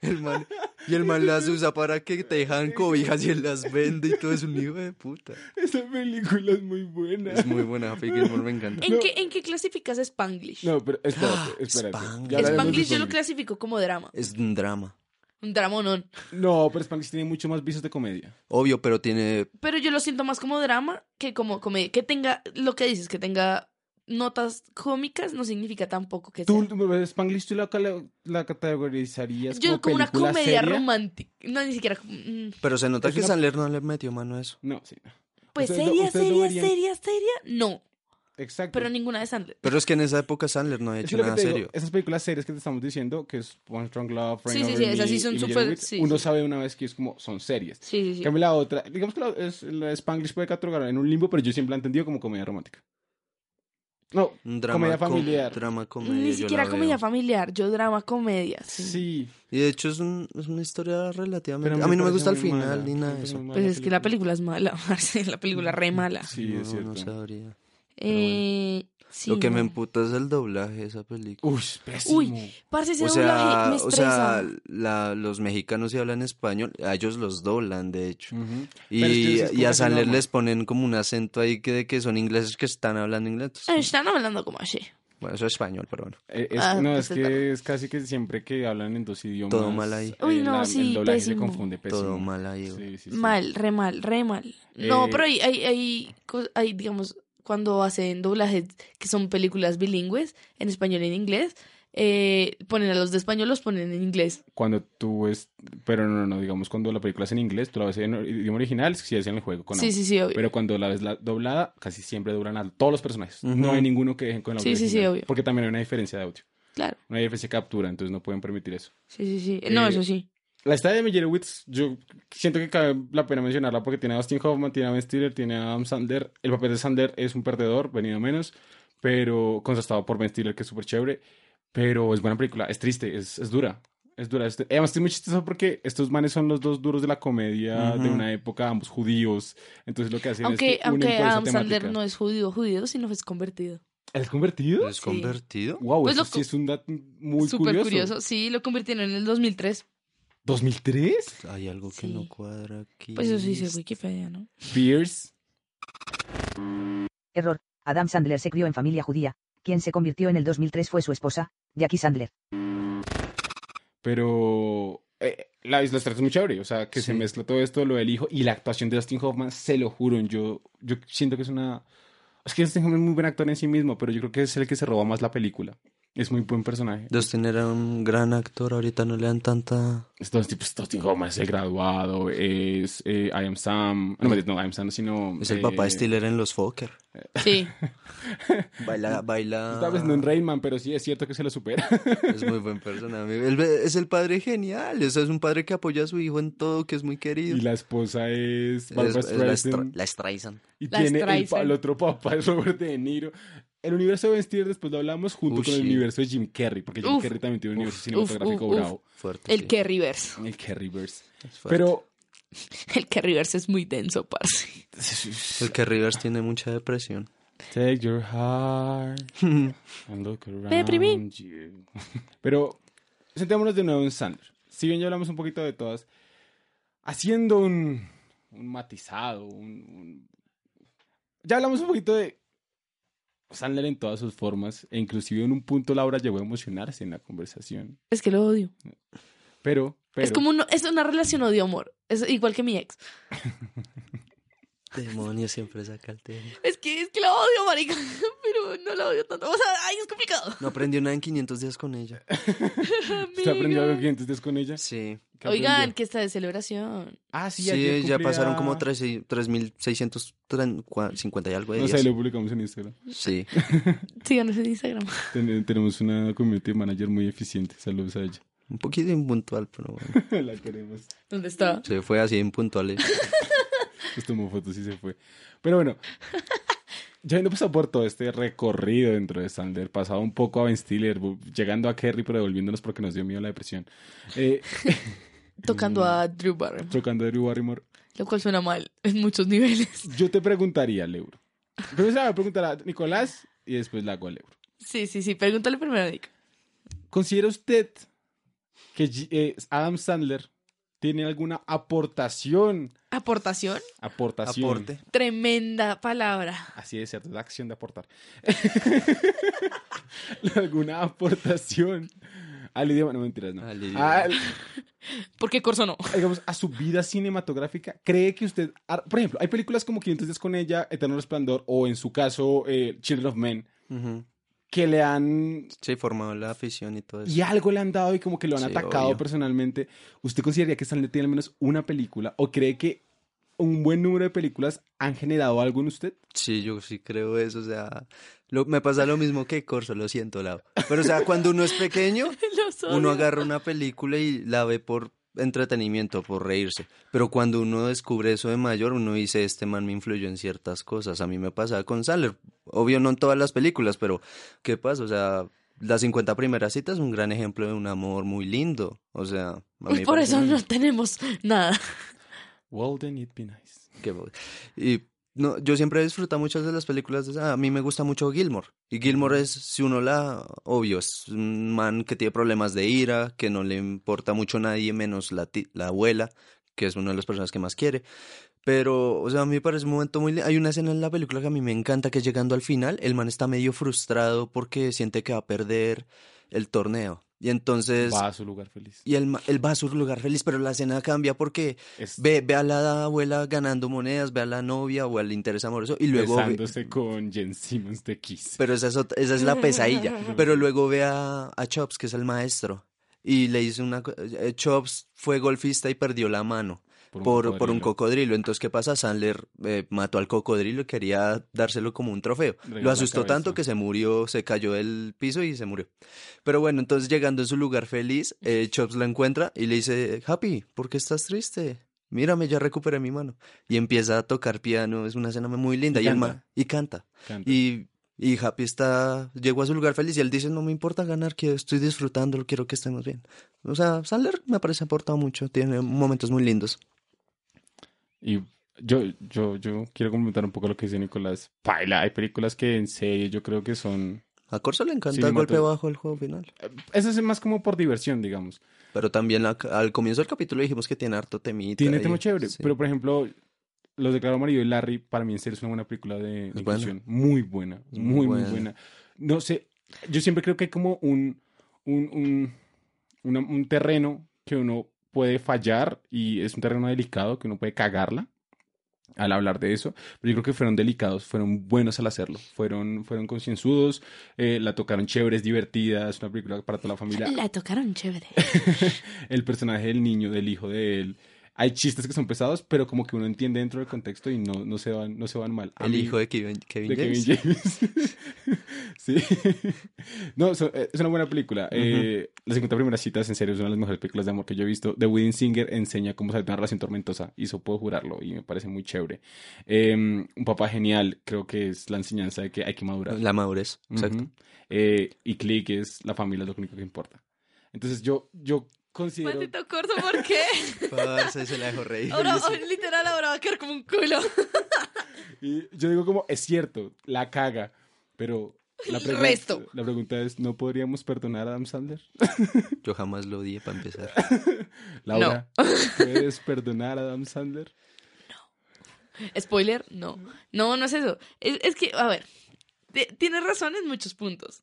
Speaker 3: El man- y el man las usa para que te dejan cobijas y él las vende y todo es un hijo de puta.
Speaker 1: Esa película es muy buena.
Speaker 3: Es muy buena, Happy Gilmore, me
Speaker 2: (laughs)
Speaker 3: encanta.
Speaker 2: ¿En,
Speaker 1: No.
Speaker 2: qué, ¿En qué clasificas Spanglish?
Speaker 1: No, pero espérate, espérate.
Speaker 3: Ah, Spanglish.
Speaker 1: Ya hablaremos de
Speaker 2: Spanglish yo lo
Speaker 1: Spanglish.
Speaker 2: clasifico como drama.
Speaker 3: Es un drama.
Speaker 2: Un dramonón.
Speaker 1: No, pero Spanglish tiene mucho más visos de comedia.
Speaker 3: Obvio, pero tiene...
Speaker 2: Pero yo lo siento más como drama que como comedia. Que tenga, lo que dices, que tenga notas cómicas no significa tampoco que
Speaker 1: Tú,
Speaker 2: sea.
Speaker 1: Spanglish, tú la, cala- la categorizarías
Speaker 2: Yo como una
Speaker 1: película
Speaker 2: comedia
Speaker 1: seria?
Speaker 2: romántica. No, ni siquiera. como- mm,
Speaker 3: Pero se nota
Speaker 1: Es
Speaker 3: que
Speaker 1: una-
Speaker 3: Sandler no le metió mano a eso.
Speaker 1: No, sí. no.
Speaker 2: Pues
Speaker 1: Ustedes lo-
Speaker 2: seria,
Speaker 1: ustedes lo
Speaker 2: seria,
Speaker 1: verían-
Speaker 2: seria, seria. No,
Speaker 1: Exacto.
Speaker 2: pero ninguna de Sandler.
Speaker 3: Pero es que en esa época Sandler no había
Speaker 1: Es
Speaker 3: hecho
Speaker 1: que lo que
Speaker 3: nada
Speaker 1: te digo, eh,
Speaker 3: serio.
Speaker 1: esas películas series que te estamos diciendo, que es One Strong Love, Friend
Speaker 2: Sí, sí,
Speaker 1: Over
Speaker 2: sí,
Speaker 1: Me,
Speaker 2: esas sí son
Speaker 1: y Little
Speaker 2: súper-
Speaker 1: Witch,
Speaker 2: sí,
Speaker 1: uno
Speaker 2: sí.
Speaker 1: sabe una vez que es como son series.
Speaker 2: Sí, sí,
Speaker 1: En
Speaker 2: sí.
Speaker 1: cambio, la otra, digamos que la, es, la Spanglish puede catalogar en un limbo, pero yo siempre la he entendido como comedia romántica. No,
Speaker 3: Un drama
Speaker 1: comedia
Speaker 3: com-
Speaker 1: familiar.
Speaker 3: drama comedia, yo
Speaker 2: Ni
Speaker 3: la
Speaker 2: siquiera
Speaker 3: veo.
Speaker 2: comedia familiar, yo drama comedia. Sí.
Speaker 1: sí,
Speaker 3: Y de hecho es, un- es una historia relativamente...
Speaker 1: pero
Speaker 3: a mí no me
Speaker 1: parece
Speaker 3: gusta el
Speaker 1: muy
Speaker 3: final
Speaker 1: mala,
Speaker 3: ni
Speaker 1: me
Speaker 3: nada de
Speaker 1: parece
Speaker 3: eso.
Speaker 1: muy
Speaker 2: Pues
Speaker 1: mala
Speaker 2: es que la película es mala, (laughs) parce, la película re mala.
Speaker 1: Sí, es
Speaker 3: No, no
Speaker 1: cierto.
Speaker 3: sabría.
Speaker 2: Eh, sí,
Speaker 3: Lo que me
Speaker 2: no.
Speaker 3: emputa es el doblaje de esa película.
Speaker 1: Uy, pésimo.
Speaker 2: Uy, Parce, ese
Speaker 3: o
Speaker 2: doblaje
Speaker 3: sea,
Speaker 2: me
Speaker 3: o
Speaker 2: estresa.
Speaker 3: sea la- los mexicanos si hablan español, a ellos los doblan, de hecho.
Speaker 1: Ujú.
Speaker 3: Y,
Speaker 1: Mm. Pero es que eso es
Speaker 3: y a
Speaker 1: completamente
Speaker 3: Sandler
Speaker 1: normal.
Speaker 3: les ponen como un acento ahí que, de que son ingleses que están hablando inglés.
Speaker 2: Están hablando como así.
Speaker 3: Bueno, eso es español, pero bueno.
Speaker 1: Eh, es-
Speaker 2: Ah,
Speaker 1: no, es
Speaker 2: pues está.
Speaker 1: que es casi que siempre que hablan en dos idiomas.
Speaker 3: Todo mal ahí.
Speaker 2: Uy, no,
Speaker 1: la-
Speaker 2: sí,
Speaker 1: El doblaje se
Speaker 2: pésimo.
Speaker 1: confunde pésimo.
Speaker 3: Todo mal ahí, güey.
Speaker 1: Sí, sí, sí.
Speaker 2: Mal, re mal, re mal. No,
Speaker 1: Eh,
Speaker 2: pero hay, hay, hay, cos- hay, digamos, cuando hacen doblajes que son películas bilingües, en español y en inglés, eh, ponen a los de español, los ponen en inglés.
Speaker 1: cuando tú es, pero no, no, digamos cuando la película es en inglés, tú la ves en or- idioma original, si es en el juego con
Speaker 2: sí,
Speaker 1: audio.
Speaker 2: sí, sí, obvio.
Speaker 1: Pero cuando la ves la doblada, casi siempre doblan a todos los personajes.
Speaker 3: Ujú.
Speaker 1: No hay ninguno que dejen con el audio.
Speaker 2: Sí, sí, sí,
Speaker 1: original,
Speaker 2: obvio.
Speaker 1: Porque también hay una diferencia de audio,
Speaker 2: Claro,
Speaker 1: una diferencia de captura, entonces no pueden permitir eso.
Speaker 2: sí, sí, sí. No,
Speaker 1: Eh,
Speaker 2: eso sí.
Speaker 1: La estadia de Meyerowitz, yo siento que cabe la pena mencionarla porque tiene a Austin Hoffman, tiene a Ben Stiller, tiene a Adam Sandler. El papel de Sandler es un perdedor, venido menos, pero contrastado por Ben Stiller, que es súper chévere. Pero es buena película, es triste, es, es dura. Es dura. es- Además, es muy chistoso porque estos manes son los dos duros de la comedia de
Speaker 3: Ujú.
Speaker 1: una época, ambos judíos. Entonces lo que hacen
Speaker 2: Aunque,
Speaker 1: es que unen
Speaker 2: aunque
Speaker 1: por esa
Speaker 2: Adam Sandler
Speaker 1: temática.
Speaker 2: no es judío, judío, sino es convertido.
Speaker 1: ¿Es convertido?
Speaker 3: ¿Es
Speaker 2: Sí.
Speaker 3: convertido?
Speaker 1: Wow,
Speaker 2: Pues
Speaker 1: eso
Speaker 2: lo-
Speaker 1: sí es un dato muy
Speaker 2: Súper
Speaker 1: curioso.
Speaker 2: curioso. Sí, lo convirtieron en el 2003.
Speaker 1: ¿2003?
Speaker 3: Hay algo que no
Speaker 2: Sí.
Speaker 3: cuadra aquí.
Speaker 2: Pues eso sí dice Wikipedia, ¿no?
Speaker 1: Pierce.
Speaker 4: Error. Adam Sandler se crió en familia judía. Quien se convirtió en el 2003 fue su esposa, Jackie Sandler.
Speaker 1: Pero eh, la isla es muy chévere, o sea, que se
Speaker 3: Sí.
Speaker 1: mezcla todo esto, lo del hijo y la actuación de Dustin Hoffman, se lo juro, yo, yo siento que es una... Es que Dustin Hoffman es muy buen actor en sí mismo, pero yo creo que es el que se roba más la película. Es muy buen personaje.
Speaker 3: Dustin era un gran actor, ahorita no le dan tanta...
Speaker 1: Entonces, tipo, Dustin Hoffman es el graduado, es eh, I Am Sam. No, mentira, no, I Am Sam, sino.
Speaker 3: Es el papá de
Speaker 1: eh,
Speaker 3: Stiller en Los Fokker.
Speaker 1: (laughs)
Speaker 2: Sí.
Speaker 3: Baila, baila...
Speaker 1: Está vez no en Rayman, pero sí es cierto que se lo supera.
Speaker 3: (laughs)
Speaker 1: (laughs)
Speaker 3: Es muy buen personaje. Él ve- es el padre genial. O sea, es un padre que apoya a su hijo en todo, que es muy querido.
Speaker 1: Y la esposa es
Speaker 3: Es-
Speaker 1: Barbara
Speaker 3: es la,
Speaker 1: Streisand.
Speaker 3: Stra- la Streisand.
Speaker 1: Y
Speaker 2: La
Speaker 1: tiene el, pa-
Speaker 2: Streisand.
Speaker 1: el otro papá es Robert De Niro. El universo de Ben Stiller después lo hablamos junto
Speaker 3: Uy,
Speaker 1: con el
Speaker 3: sí.
Speaker 1: universo de Jim Carrey, porque Jim
Speaker 2: Uf,
Speaker 1: Carrey también tiene un universo
Speaker 2: uf,
Speaker 1: cinematográfico
Speaker 2: uf, uf.
Speaker 1: bravo.
Speaker 3: Fuerte.
Speaker 2: El
Speaker 3: sí.
Speaker 2: que Rivers.
Speaker 1: El Carreyverse.
Speaker 3: Es fuerte.
Speaker 1: Pero
Speaker 2: (laughs) El que Rivers es muy denso, parce.
Speaker 3: El que Rivers tiene mucha depresión.
Speaker 1: Take your heart
Speaker 2: (laughs)
Speaker 1: and look around
Speaker 2: deprimí.
Speaker 1: you. (laughs) Pero sentémonos de nuevo en Sandler. Si bien ya hablamos un poquito de todas, haciendo un, un matizado, un- un- ya hablamos un poquito de Sandler en todas sus formas, e inclusive en un punto Laura llegó a emocionarse en la conversación.
Speaker 2: Es que lo odio.
Speaker 1: Pero, pero
Speaker 2: Es como un- es una relación odio-amor. Es igual que mi ex.
Speaker 3: Demonio siempre saca el tema.
Speaker 2: Es que, es que lo odio, marica. (laughs) Pero no lo odio tanto. O sea, ay, es complicado.
Speaker 3: No aprendió nada en 500 días con ella.
Speaker 1: (laughs) ¿Usted aprendió algo
Speaker 2: Amiga.
Speaker 1: que entonces con ella?
Speaker 3: Sí.
Speaker 1: ¿Qué
Speaker 2: Oigan,
Speaker 1: aprendió?
Speaker 2: que está de celebración.
Speaker 1: ah, (laughs) sí,
Speaker 3: Sí,
Speaker 1: ayer
Speaker 3: ya
Speaker 1: cumplía-
Speaker 3: pasaron como 13 3.650 y algo de
Speaker 1: No sé,
Speaker 3: días.
Speaker 1: lo publicamos en Instagram.
Speaker 3: Sí.
Speaker 2: Síganos en Instagram.
Speaker 1: Ten- tenemos una community manager muy eficiente. Saludos a ella. (laughs)
Speaker 3: Un poquito impuntual, pero bueno.
Speaker 1: La queremos.
Speaker 2: (laughs) ¿Dónde está?
Speaker 3: Se fue así impuntual. eh.
Speaker 1: Nos tomó fotos y se fue. Pero bueno, ya habiendo pasado por todo este recorrido dentro de Sander, pasado un poco a Ben Stiller, bu- llegando a Kerry, pero devolviéndonos porque nos dio miedo la depresión. Eh,
Speaker 2: Tocando a Drew Barrymore.
Speaker 1: tocando a Drew Barrymore.
Speaker 2: Lo cual suena mal en muchos niveles. (laughs)
Speaker 1: Yo te preguntaría, Leuro. Primero se la voy a preguntar a Nicolás y después la hago a Leuro.
Speaker 2: Sí, sí, sí. Pregúntale primero a Nico.
Speaker 1: ¿Considera usted que G- eh, Adam Sandler tiene alguna aportación?
Speaker 2: Aportación.
Speaker 1: Aportación.
Speaker 3: Aporte.
Speaker 2: Tremenda palabra.
Speaker 1: Así es cierto, es la acción de aportar. (laughs) ¿Alguna aportación al idioma? No, mentiras, no. Ah,
Speaker 3: Al idioma.
Speaker 1: Al-
Speaker 2: Porque Corso (laughs) no.
Speaker 1: digamos, a su vida cinematográfica. ¿Cree que usted... ar- Por ejemplo, hay películas como 500 días con ella, Eterno Resplandor, o en su caso, eh, Children of Men,
Speaker 3: Ujú.
Speaker 1: que le han...
Speaker 3: Sí, formado la afición y todo eso.
Speaker 1: Y algo le han dado y como que lo han
Speaker 3: Sí,
Speaker 1: atacado
Speaker 3: obvio.
Speaker 1: personalmente. ¿Usted consideraría que Stanley tiene al menos una película o cree que un buen número de películas han generado algo en usted?
Speaker 3: Sí, yo sí creo eso, o sea, lo- me pasa lo mismo que Corso, lo siento, Lau. Pero, o sea, cuando uno
Speaker 2: (laughs)
Speaker 3: es pequeño,
Speaker 2: Los odio.
Speaker 3: uno agarra una película y la ve por entretenimiento, por reírse. Pero cuando uno descubre eso de mayor, uno dice, este man me influyó en ciertas cosas. A mí me pasaba con Sandler, obvio no en todas las películas, pero ¿qué pasa? O sea, las 50 primeras citas es un gran ejemplo de un amor muy lindo. O sea, a mí me
Speaker 2: Por
Speaker 3: parece-
Speaker 2: eso no tenemos nada.
Speaker 1: Well, then it'd be nice.
Speaker 3: Qué bo- Y no, yo siempre he disfrutado muchas de las películas de esa. A mí me gusta mucho Gilmore. Y Gilmore es, si uno la, obvio, es un man que tiene problemas de ira, que no le importa mucho a nadie, menos la, ti- la abuela, que es una de las personas que más quiere. Pero, o sea, a mí me parece un momento muy... li- Hay una escena en la película que a mí me encanta, que llegando al final, el man está medio frustrado porque siente que va a perder el torneo. Y entonces...
Speaker 1: Va a su lugar feliz.
Speaker 3: Y el ma- él va a su lugar feliz, pero la escena cambia porque
Speaker 1: Es-
Speaker 3: Ve, ve a la abuela ganando monedas, ve a la novia o al interés amoroso y luego... ve-
Speaker 1: besándose con Jen Simmons de Kiss.
Speaker 3: pero esa es, ot- esa es la pesadilla. Pero luego ve a, a Chops, que es el maestro, y le dice una... co- eh, Chops fue golfista y perdió la mano por, por un cocodrilo. Entonces, ¿qué pasa? Sandler eh, mató al cocodrilo y quería dárselo como un trofeo.
Speaker 1: Regaló
Speaker 3: Lo
Speaker 1: la
Speaker 3: asustó
Speaker 1: cabeza.
Speaker 3: tanto que se murió, se cayó del piso y se murió. Pero bueno, entonces llegando a su lugar feliz, (laughs) eh, Chops lo encuentra y le dice, Happy, ¿por qué estás triste? Mírame, ya recuperé mi mano. Y empieza a tocar piano, es una escena muy linda.
Speaker 1: Y
Speaker 3: Y, el
Speaker 1: canta.
Speaker 3: ma- y canta.
Speaker 1: Canta.
Speaker 3: Y, y Happy está, llegó a su lugar feliz y él dice, no me importa ganar, que estoy disfrutándolo, quiero que estemos bien. O sea, Sandler me parece aportado mucho, tiene momentos muy lindos.
Speaker 1: Y yo, yo, yo quiero comentar un poco lo que dice Nicolás. Paila, hay películas que en serio yo creo que son...
Speaker 3: A Corso le encanta
Speaker 1: Cinematog-
Speaker 3: el golpe bajo el juego final.
Speaker 1: Eso es más como por diversión, digamos.
Speaker 3: Pero también la- al comienzo del capítulo dijimos que tiene harto temita.
Speaker 1: Tiene
Speaker 3: y-
Speaker 1: tema chévere,
Speaker 3: sí.
Speaker 1: pero por ejemplo, Los Declaró Marido y Larry, para mí en serio es una buena película de, de
Speaker 3: buena.
Speaker 1: inclusión. Muy buena,
Speaker 3: Es
Speaker 1: muy,
Speaker 3: muy
Speaker 1: muy
Speaker 3: buena.
Speaker 1: buena. No sé, yo siempre creo que hay como un, un, un, una- un terreno que uno puede fallar y es un terreno delicado que uno puede cagarla. al hablar de eso, pero yo creo que fueron delicados, fueron buenos al hacerlo, fueron, fueron concienzudos, eh, la tocaron chévere, es divertida, es una película para toda la familia.
Speaker 2: La tocaron chévere.
Speaker 1: el personaje del niño, del hijo de él. Hay chistes que son pesados, pero como que uno entiende dentro del contexto y no, no, se, van, no se van mal. A
Speaker 3: El
Speaker 1: mí-
Speaker 3: hijo de Kevin, Kevin
Speaker 1: de
Speaker 3: James.
Speaker 1: Kevin James. (laughs) sí. No, so- eh, es una buena película. Eh, Las 50 primeras citas, en serio, es una de las mejores películas de amor que yo he visto. The Wedding Singer enseña cómo salir de una relación tormentosa. Y eso puedo jurarlo. Y me parece muy chévere. Eh, un papá genial. Creo que es la enseñanza de que hay que madurar.
Speaker 3: (laughs) La madurez, exacto.
Speaker 1: Ujú. Eh, y Click es la familia, es lo único que importa. Entonces yo, yo considero...
Speaker 2: Maldito corto,
Speaker 1: (laughs)
Speaker 2: ¿por qué?
Speaker 3: Parce, se la dejó reír.
Speaker 2: Ahora, ahora, literal, ahora va a quedar como un culo.
Speaker 1: Y yo digo como, es cierto, la caga, pero... La
Speaker 2: El
Speaker 1: pregun-
Speaker 2: resto.
Speaker 1: la pregunta es, ¿no podríamos perdonar a Adam Sandler?
Speaker 3: Yo jamás lo odié para empezar.
Speaker 2: (laughs)
Speaker 1: Laura, ¿puedes perdonar a Adam Sandler?
Speaker 2: Spoiler, no. No, no es eso. Es, es que, a ver, te- tienes razón en muchos puntos.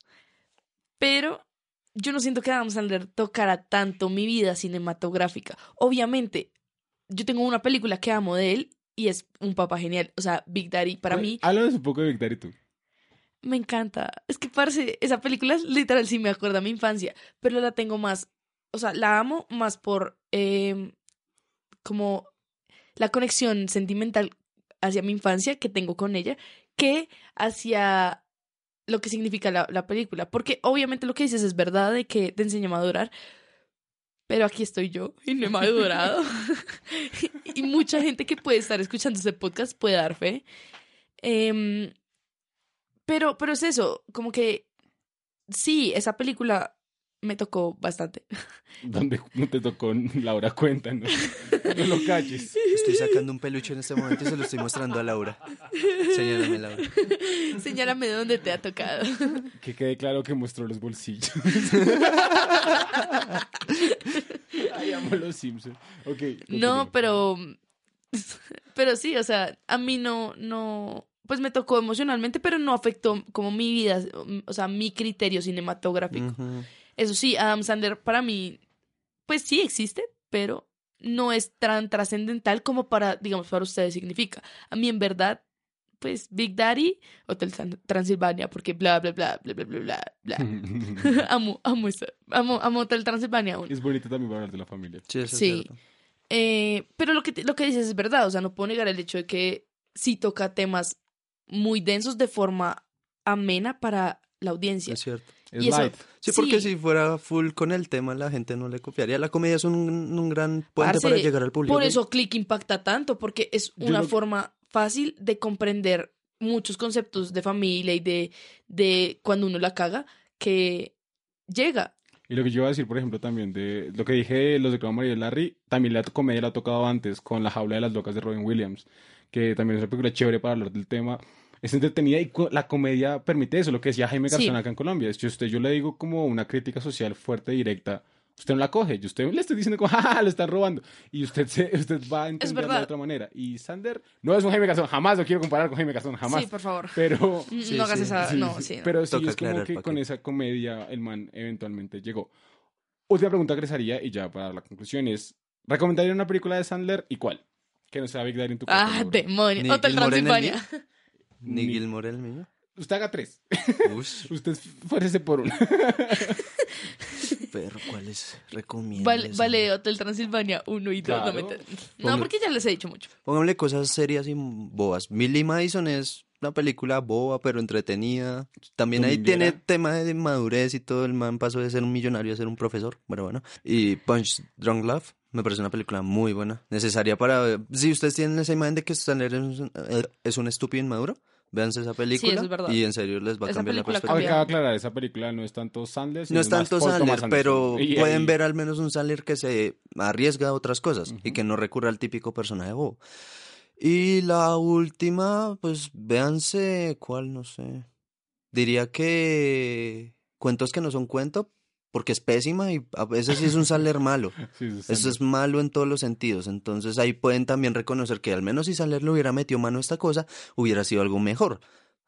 Speaker 2: Pero yo no siento que Adam Sandler tocara tanto mi vida cinematográfica. Obviamente, yo tengo una película que amo de él y es un papá genial. O sea, Big Daddy para mí
Speaker 1: Háblanos un poco de Victor y tú.
Speaker 2: me encanta. Es que, parce, esa película literal sí me acuerda a mi infancia, pero la tengo más, o sea, la amo más por eh, como la conexión sentimental hacia mi infancia que tengo con ella que hacia lo que significa la, la película. Porque obviamente lo que dices es verdad de que te enseña a madurar, pero aquí estoy yo y no he madurado. (laughs) y mucha gente que puede estar escuchando este podcast puede dar fe. Em, pero, pero es eso, como que sí, esa película me tocó bastante. (laughs)
Speaker 1: Donde no te tocó Laura, cuéntanos. No lo calles.
Speaker 3: Estoy sacando un peluche en este momento y se lo estoy mostrando a Laura. Señálame, Laura.
Speaker 2: (laughs) Señálame dónde te ha tocado.
Speaker 1: Que quede claro que mostró los
Speaker 2: (laughs)
Speaker 1: bolsillos. Ay, amo los Simpsons. Ok.
Speaker 2: No,
Speaker 1: continúa.
Speaker 2: pero. (laughs) Pero sí, o sea, a mí no, no. Pues me tocó emocionalmente, pero no afectó como mi vida, o sea, mi criterio cinematográfico.
Speaker 3: Ujú.
Speaker 2: Eso sí, Adam Sandler para mí, pues sí existe, pero no es tan trascendental como para, digamos, para ustedes significa. A mí en verdad, pues Big Daddy, Hotel Tran- Transilvania, porque bla, bla, bla, bla, bla, bla, bla,
Speaker 1: Hmm.
Speaker 2: bla. (laughs) amo, amo, esa- amo, amo Hotel Transilvania aún.
Speaker 1: (laughs) Es bonito también hablar de la familia.
Speaker 3: Sí, eso es
Speaker 2: Sí.
Speaker 3: cierto.
Speaker 2: Eh, pero lo que, te- lo que dices es verdad, o sea, no puedo negar el hecho de que sí toca temas muy densos de forma amena para la audiencia.
Speaker 3: Es cierto.
Speaker 1: Es
Speaker 2: Y eso-
Speaker 1: light.
Speaker 3: Sí, porque
Speaker 2: Sí.
Speaker 3: si fuera full con el tema, la gente no le copiaría. La comedia es un, un gran puente
Speaker 2: Parce,
Speaker 3: para llegar al público.
Speaker 2: Por eso Click impacta tanto, porque es
Speaker 1: Yo
Speaker 2: una
Speaker 1: lo-
Speaker 2: forma fácil de comprender muchos conceptos de familia y de, de cuando uno la caga, que llega.
Speaker 1: Y lo que yo iba a decir, por ejemplo, también de lo que dije de los de Cabo María y Larry, también la comedia la ha tocado antes con La jaula de las locas de Robin Williams, que también es una película chévere para hablar del tema. Es entretenida y co- la comedia permite eso, lo que decía Jaime
Speaker 2: Sí.
Speaker 1: Garzón acá en Colombia. Es que usted, yo le digo como una crítica social fuerte, directa. Usted no la coge, yo usted le estoy diciendo como, (laughs) "Ja, ja, ja, lo está robando. Y usted, se, usted va a entenderlo de
Speaker 2: verdad.
Speaker 1: otra manera. Y Sander no es un Jaime Garzón, jamás lo quiero comparar con Jaime Garzón, jamás.
Speaker 2: Sí, por favor.
Speaker 1: Pero,
Speaker 2: Mm,
Speaker 3: Sí,
Speaker 2: no hagas
Speaker 3: sí, (laughs)
Speaker 2: esa.
Speaker 1: Sí,
Speaker 2: no,
Speaker 1: sí,
Speaker 2: sí. no.
Speaker 1: Pero sí,
Speaker 3: Toca
Speaker 1: es como
Speaker 3: aclarar
Speaker 1: que
Speaker 3: pa'
Speaker 1: con
Speaker 3: qué.
Speaker 1: esa comedia el man eventualmente llegó. Última pregunta que les haría, y ya para la conclusión, es ¿recomendaría una película de Sandler y cuál? Que no sea Big Daddy en tu
Speaker 2: ah,
Speaker 1: corazón, bro.
Speaker 2: demonio.
Speaker 3: Ni
Speaker 2: Hotel
Speaker 3: Gilmore en el
Speaker 2: Transilvania.
Speaker 3: Ni
Speaker 1: Ni-
Speaker 3: Gilmore
Speaker 1: (laughs)
Speaker 3: el mío.
Speaker 1: Usted haga tres.
Speaker 3: Ush,
Speaker 1: Usted fuérese por una.
Speaker 3: perro, ¿cuáles recomiendas?
Speaker 2: Vale, vale, Hotel Transilvania 1 y 2.
Speaker 1: Claro.
Speaker 2: No, mentira. no,
Speaker 3: Ponga-
Speaker 2: porque ya les he dicho mucho.
Speaker 3: Pónganle cosas serias y bobas. Millie Madison es una película boba, pero entretenida. También ahí
Speaker 1: Dominguera.
Speaker 3: tiene tema de madurez y todo. El man pasó de ser un millonario a ser un profesor. Bueno, bueno. Y Punch Drunk Love me parece una película muy buena. Necesaria para... Si ustedes tienen esa imagen de que Stanley es un, eh, es un estúpido inmaduro, véanse esa película.
Speaker 2: es verdad.
Speaker 3: Y en serio les va a
Speaker 2: Esa
Speaker 3: cambiar la
Speaker 2: película
Speaker 1: Acaba
Speaker 3: perspectiva.
Speaker 1: de aclarar, esa película no es tanto Sandler, sino
Speaker 3: No es
Speaker 1: más
Speaker 3: tanto
Speaker 1: Paul Thomas
Speaker 3: Sandler,
Speaker 1: Anderson.
Speaker 3: pero
Speaker 1: Y-
Speaker 3: pueden
Speaker 1: y-
Speaker 3: ver al menos un Sandler que se arriesga a otras cosas y que no recurre al típico personaje bobo. Y la última, pues véanse, ¿cuál? No sé. Diría que cuentos que no son cuento, porque es pésima y a veces sí es un Sandler malo.
Speaker 1: (laughs) Sí, es
Speaker 3: Eso
Speaker 1: Sandler.
Speaker 3: es malo en todos los sentidos. Entonces ahí pueden también reconocer que al menos si Sandler le hubiera metido mano a esta cosa, hubiera sido algo mejor.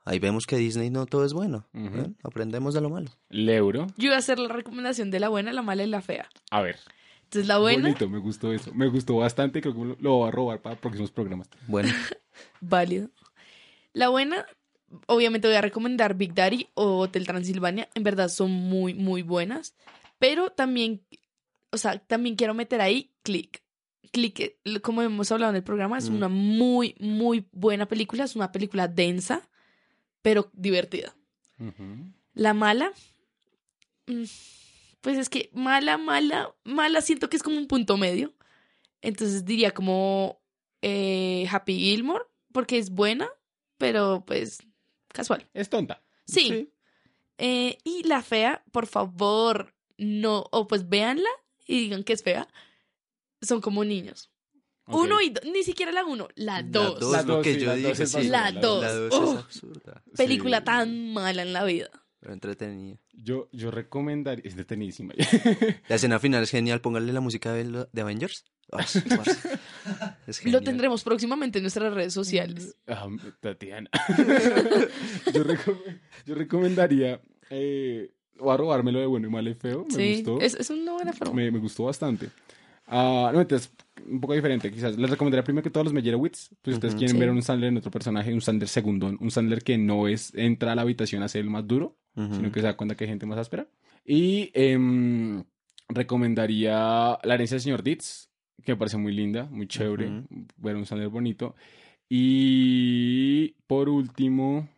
Speaker 3: Ahí vemos que Disney no todo es bueno.
Speaker 1: Ujú.
Speaker 3: Bueno, aprendemos de lo malo.
Speaker 1: El euro.
Speaker 2: Yo iba a hacer la recomendación de la buena, la mala y la fea.
Speaker 1: A ver.
Speaker 2: Entonces, la buena.
Speaker 1: Bonito, me gustó eso. Me gustó bastante. Creo que lo, lo voy a robar para próximos programas.
Speaker 3: Bueno.
Speaker 2: Válido. La buena, obviamente voy a recomendar Big Daddy o Hotel Transilvania. En verdad son muy, muy buenas. Pero también, o sea, también quiero meter ahí Click. Click, eh, lo- como hemos hablado en el programa, es
Speaker 3: Mm.
Speaker 2: una muy, muy buena película. Es una película densa, pero divertida.
Speaker 1: Ujú.
Speaker 2: La mala. mm, Pues es que mala, mala, mala. Siento que es como un punto medio. Entonces diría como eh, Happy Gilmore, porque es buena, pero pues casual.
Speaker 1: Es tonta.
Speaker 2: Sí. Eh, y la fea, por favor, no. O pues véanla y digan que es fea. Son como niños.
Speaker 1: Ok.
Speaker 2: Uno y dos. Ni siquiera la uno, la dos.
Speaker 1: La
Speaker 3: La dos, lo
Speaker 1: dos,
Speaker 3: que
Speaker 1: sí,
Speaker 3: yo
Speaker 1: la dos
Speaker 3: dije,
Speaker 1: es
Speaker 3: sí.
Speaker 1: basura,
Speaker 2: La dos. Oh.
Speaker 3: La dos
Speaker 2: Uf.
Speaker 3: es absurda,
Speaker 2: Película
Speaker 1: Sí.
Speaker 2: tan mala en la vida.
Speaker 3: pero entretenida.
Speaker 1: Yo, yo recomendaría. Es (laughs) detenidísima.
Speaker 3: La escena final es genial. Póngale la música de, lo- de Avengers.
Speaker 2: (laughs)
Speaker 3: Ah, es- es
Speaker 2: Lo
Speaker 3: genial.
Speaker 2: tendremos próximamente en nuestras redes sociales.
Speaker 1: Ah,
Speaker 2: (laughs)
Speaker 1: Tatiana. (laughs) yo, recom- yo recomendaría. Eh, voy a robármelo de bueno y mal y feo. Me
Speaker 2: sí,
Speaker 1: gustó.
Speaker 2: Es, es una buena forma.
Speaker 1: Me, me gustó bastante. Ah, no, entonces, un poco diferente, quizás. Les recomendaría primero que todos los Meyerowitz. Pues si ustedes
Speaker 3: Ujú.
Speaker 1: quieren
Speaker 2: Sí.
Speaker 1: ver a un Sandler en otro personaje, un Sandler segundón, un Sandler que no es entra a la habitación a ser el más duro,
Speaker 3: Ujú.
Speaker 1: sino que se da cuenta que hay gente más áspera. Y em, recomendaría La herencia del señor Ditz, que me parece muy linda, muy chévere. Ver un Sandler bonito. Y por último,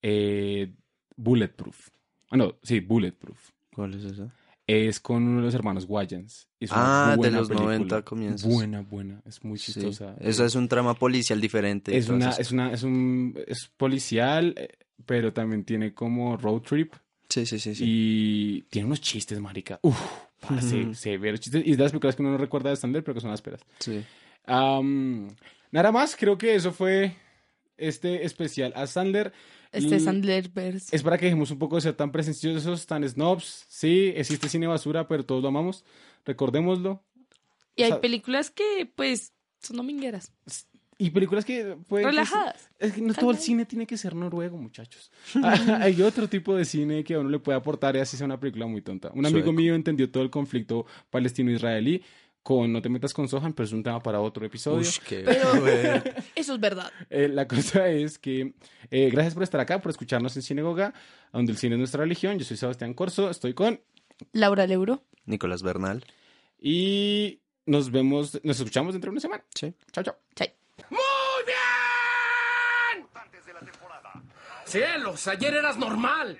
Speaker 1: eh, Bulletproof. Ah, no, sí, Bulletproof.
Speaker 3: ¿Cuál es esa?
Speaker 1: Es con uno de los hermanos Wayans. Es
Speaker 3: Ah,
Speaker 1: una
Speaker 3: de
Speaker 1: buena
Speaker 3: los
Speaker 1: película.
Speaker 3: 90 comienzos.
Speaker 1: Buena, buena. Es muy
Speaker 3: Sí.
Speaker 1: chistosa.
Speaker 3: Esa es un trama policial diferente.
Speaker 1: Es una,
Speaker 3: entonces.
Speaker 1: es una, es un, es policial, eh, pero también tiene como road trip
Speaker 3: Sí, sí, sí. sí.
Speaker 1: y tiene unos chistes, marica. Uf, parce,
Speaker 3: Ujú.
Speaker 1: severos chistes. Y es de las películas que uno no recuerda de Standard, pero que son ásperas.
Speaker 3: Sí.
Speaker 1: Am, nada más, creo que eso fue este especial a Sandler.
Speaker 2: Este
Speaker 1: L-
Speaker 2: Sandler Verse.
Speaker 1: Es para que dejemos un poco de ser tan presenciosos, tan snobs. Sí, existe cine basura, pero todos lo amamos. Recordémoslo.
Speaker 2: Y hay
Speaker 1: o sea-
Speaker 2: películas que, pues, son domingueras.
Speaker 1: Y películas que pues, pueden... que se-
Speaker 2: Relajadas.
Speaker 1: Es que no todo el
Speaker 2: Calmado.
Speaker 1: cine tiene que ser noruego, muchachos. (laughs) Ah, Hay otro tipo de cine que a uno le puede aportar y así sea una película muy tonta. Un amigo
Speaker 3: Sueco.
Speaker 1: mío entendió todo el conflicto palestino-israelí con No te metas con Sohan, pero es un tema para otro episodio.
Speaker 3: Ush, qué
Speaker 2: Pero-
Speaker 3: fuerte.
Speaker 2: Eso es verdad.
Speaker 1: Eh, la cosa (laughs) es que eh, gracias por estar acá, por escucharnos en Sinagoga, donde el cine es nuestra religión. Yo soy Sebastián Corso, estoy con...
Speaker 2: Laura Leuro.
Speaker 3: Nicolás Bernal.
Speaker 1: Y nos vemos, nos escuchamos dentro de una semana.
Speaker 3: Sí.
Speaker 1: Chao, chao.
Speaker 2: Chai.
Speaker 6: Cielos, ayer eras normal.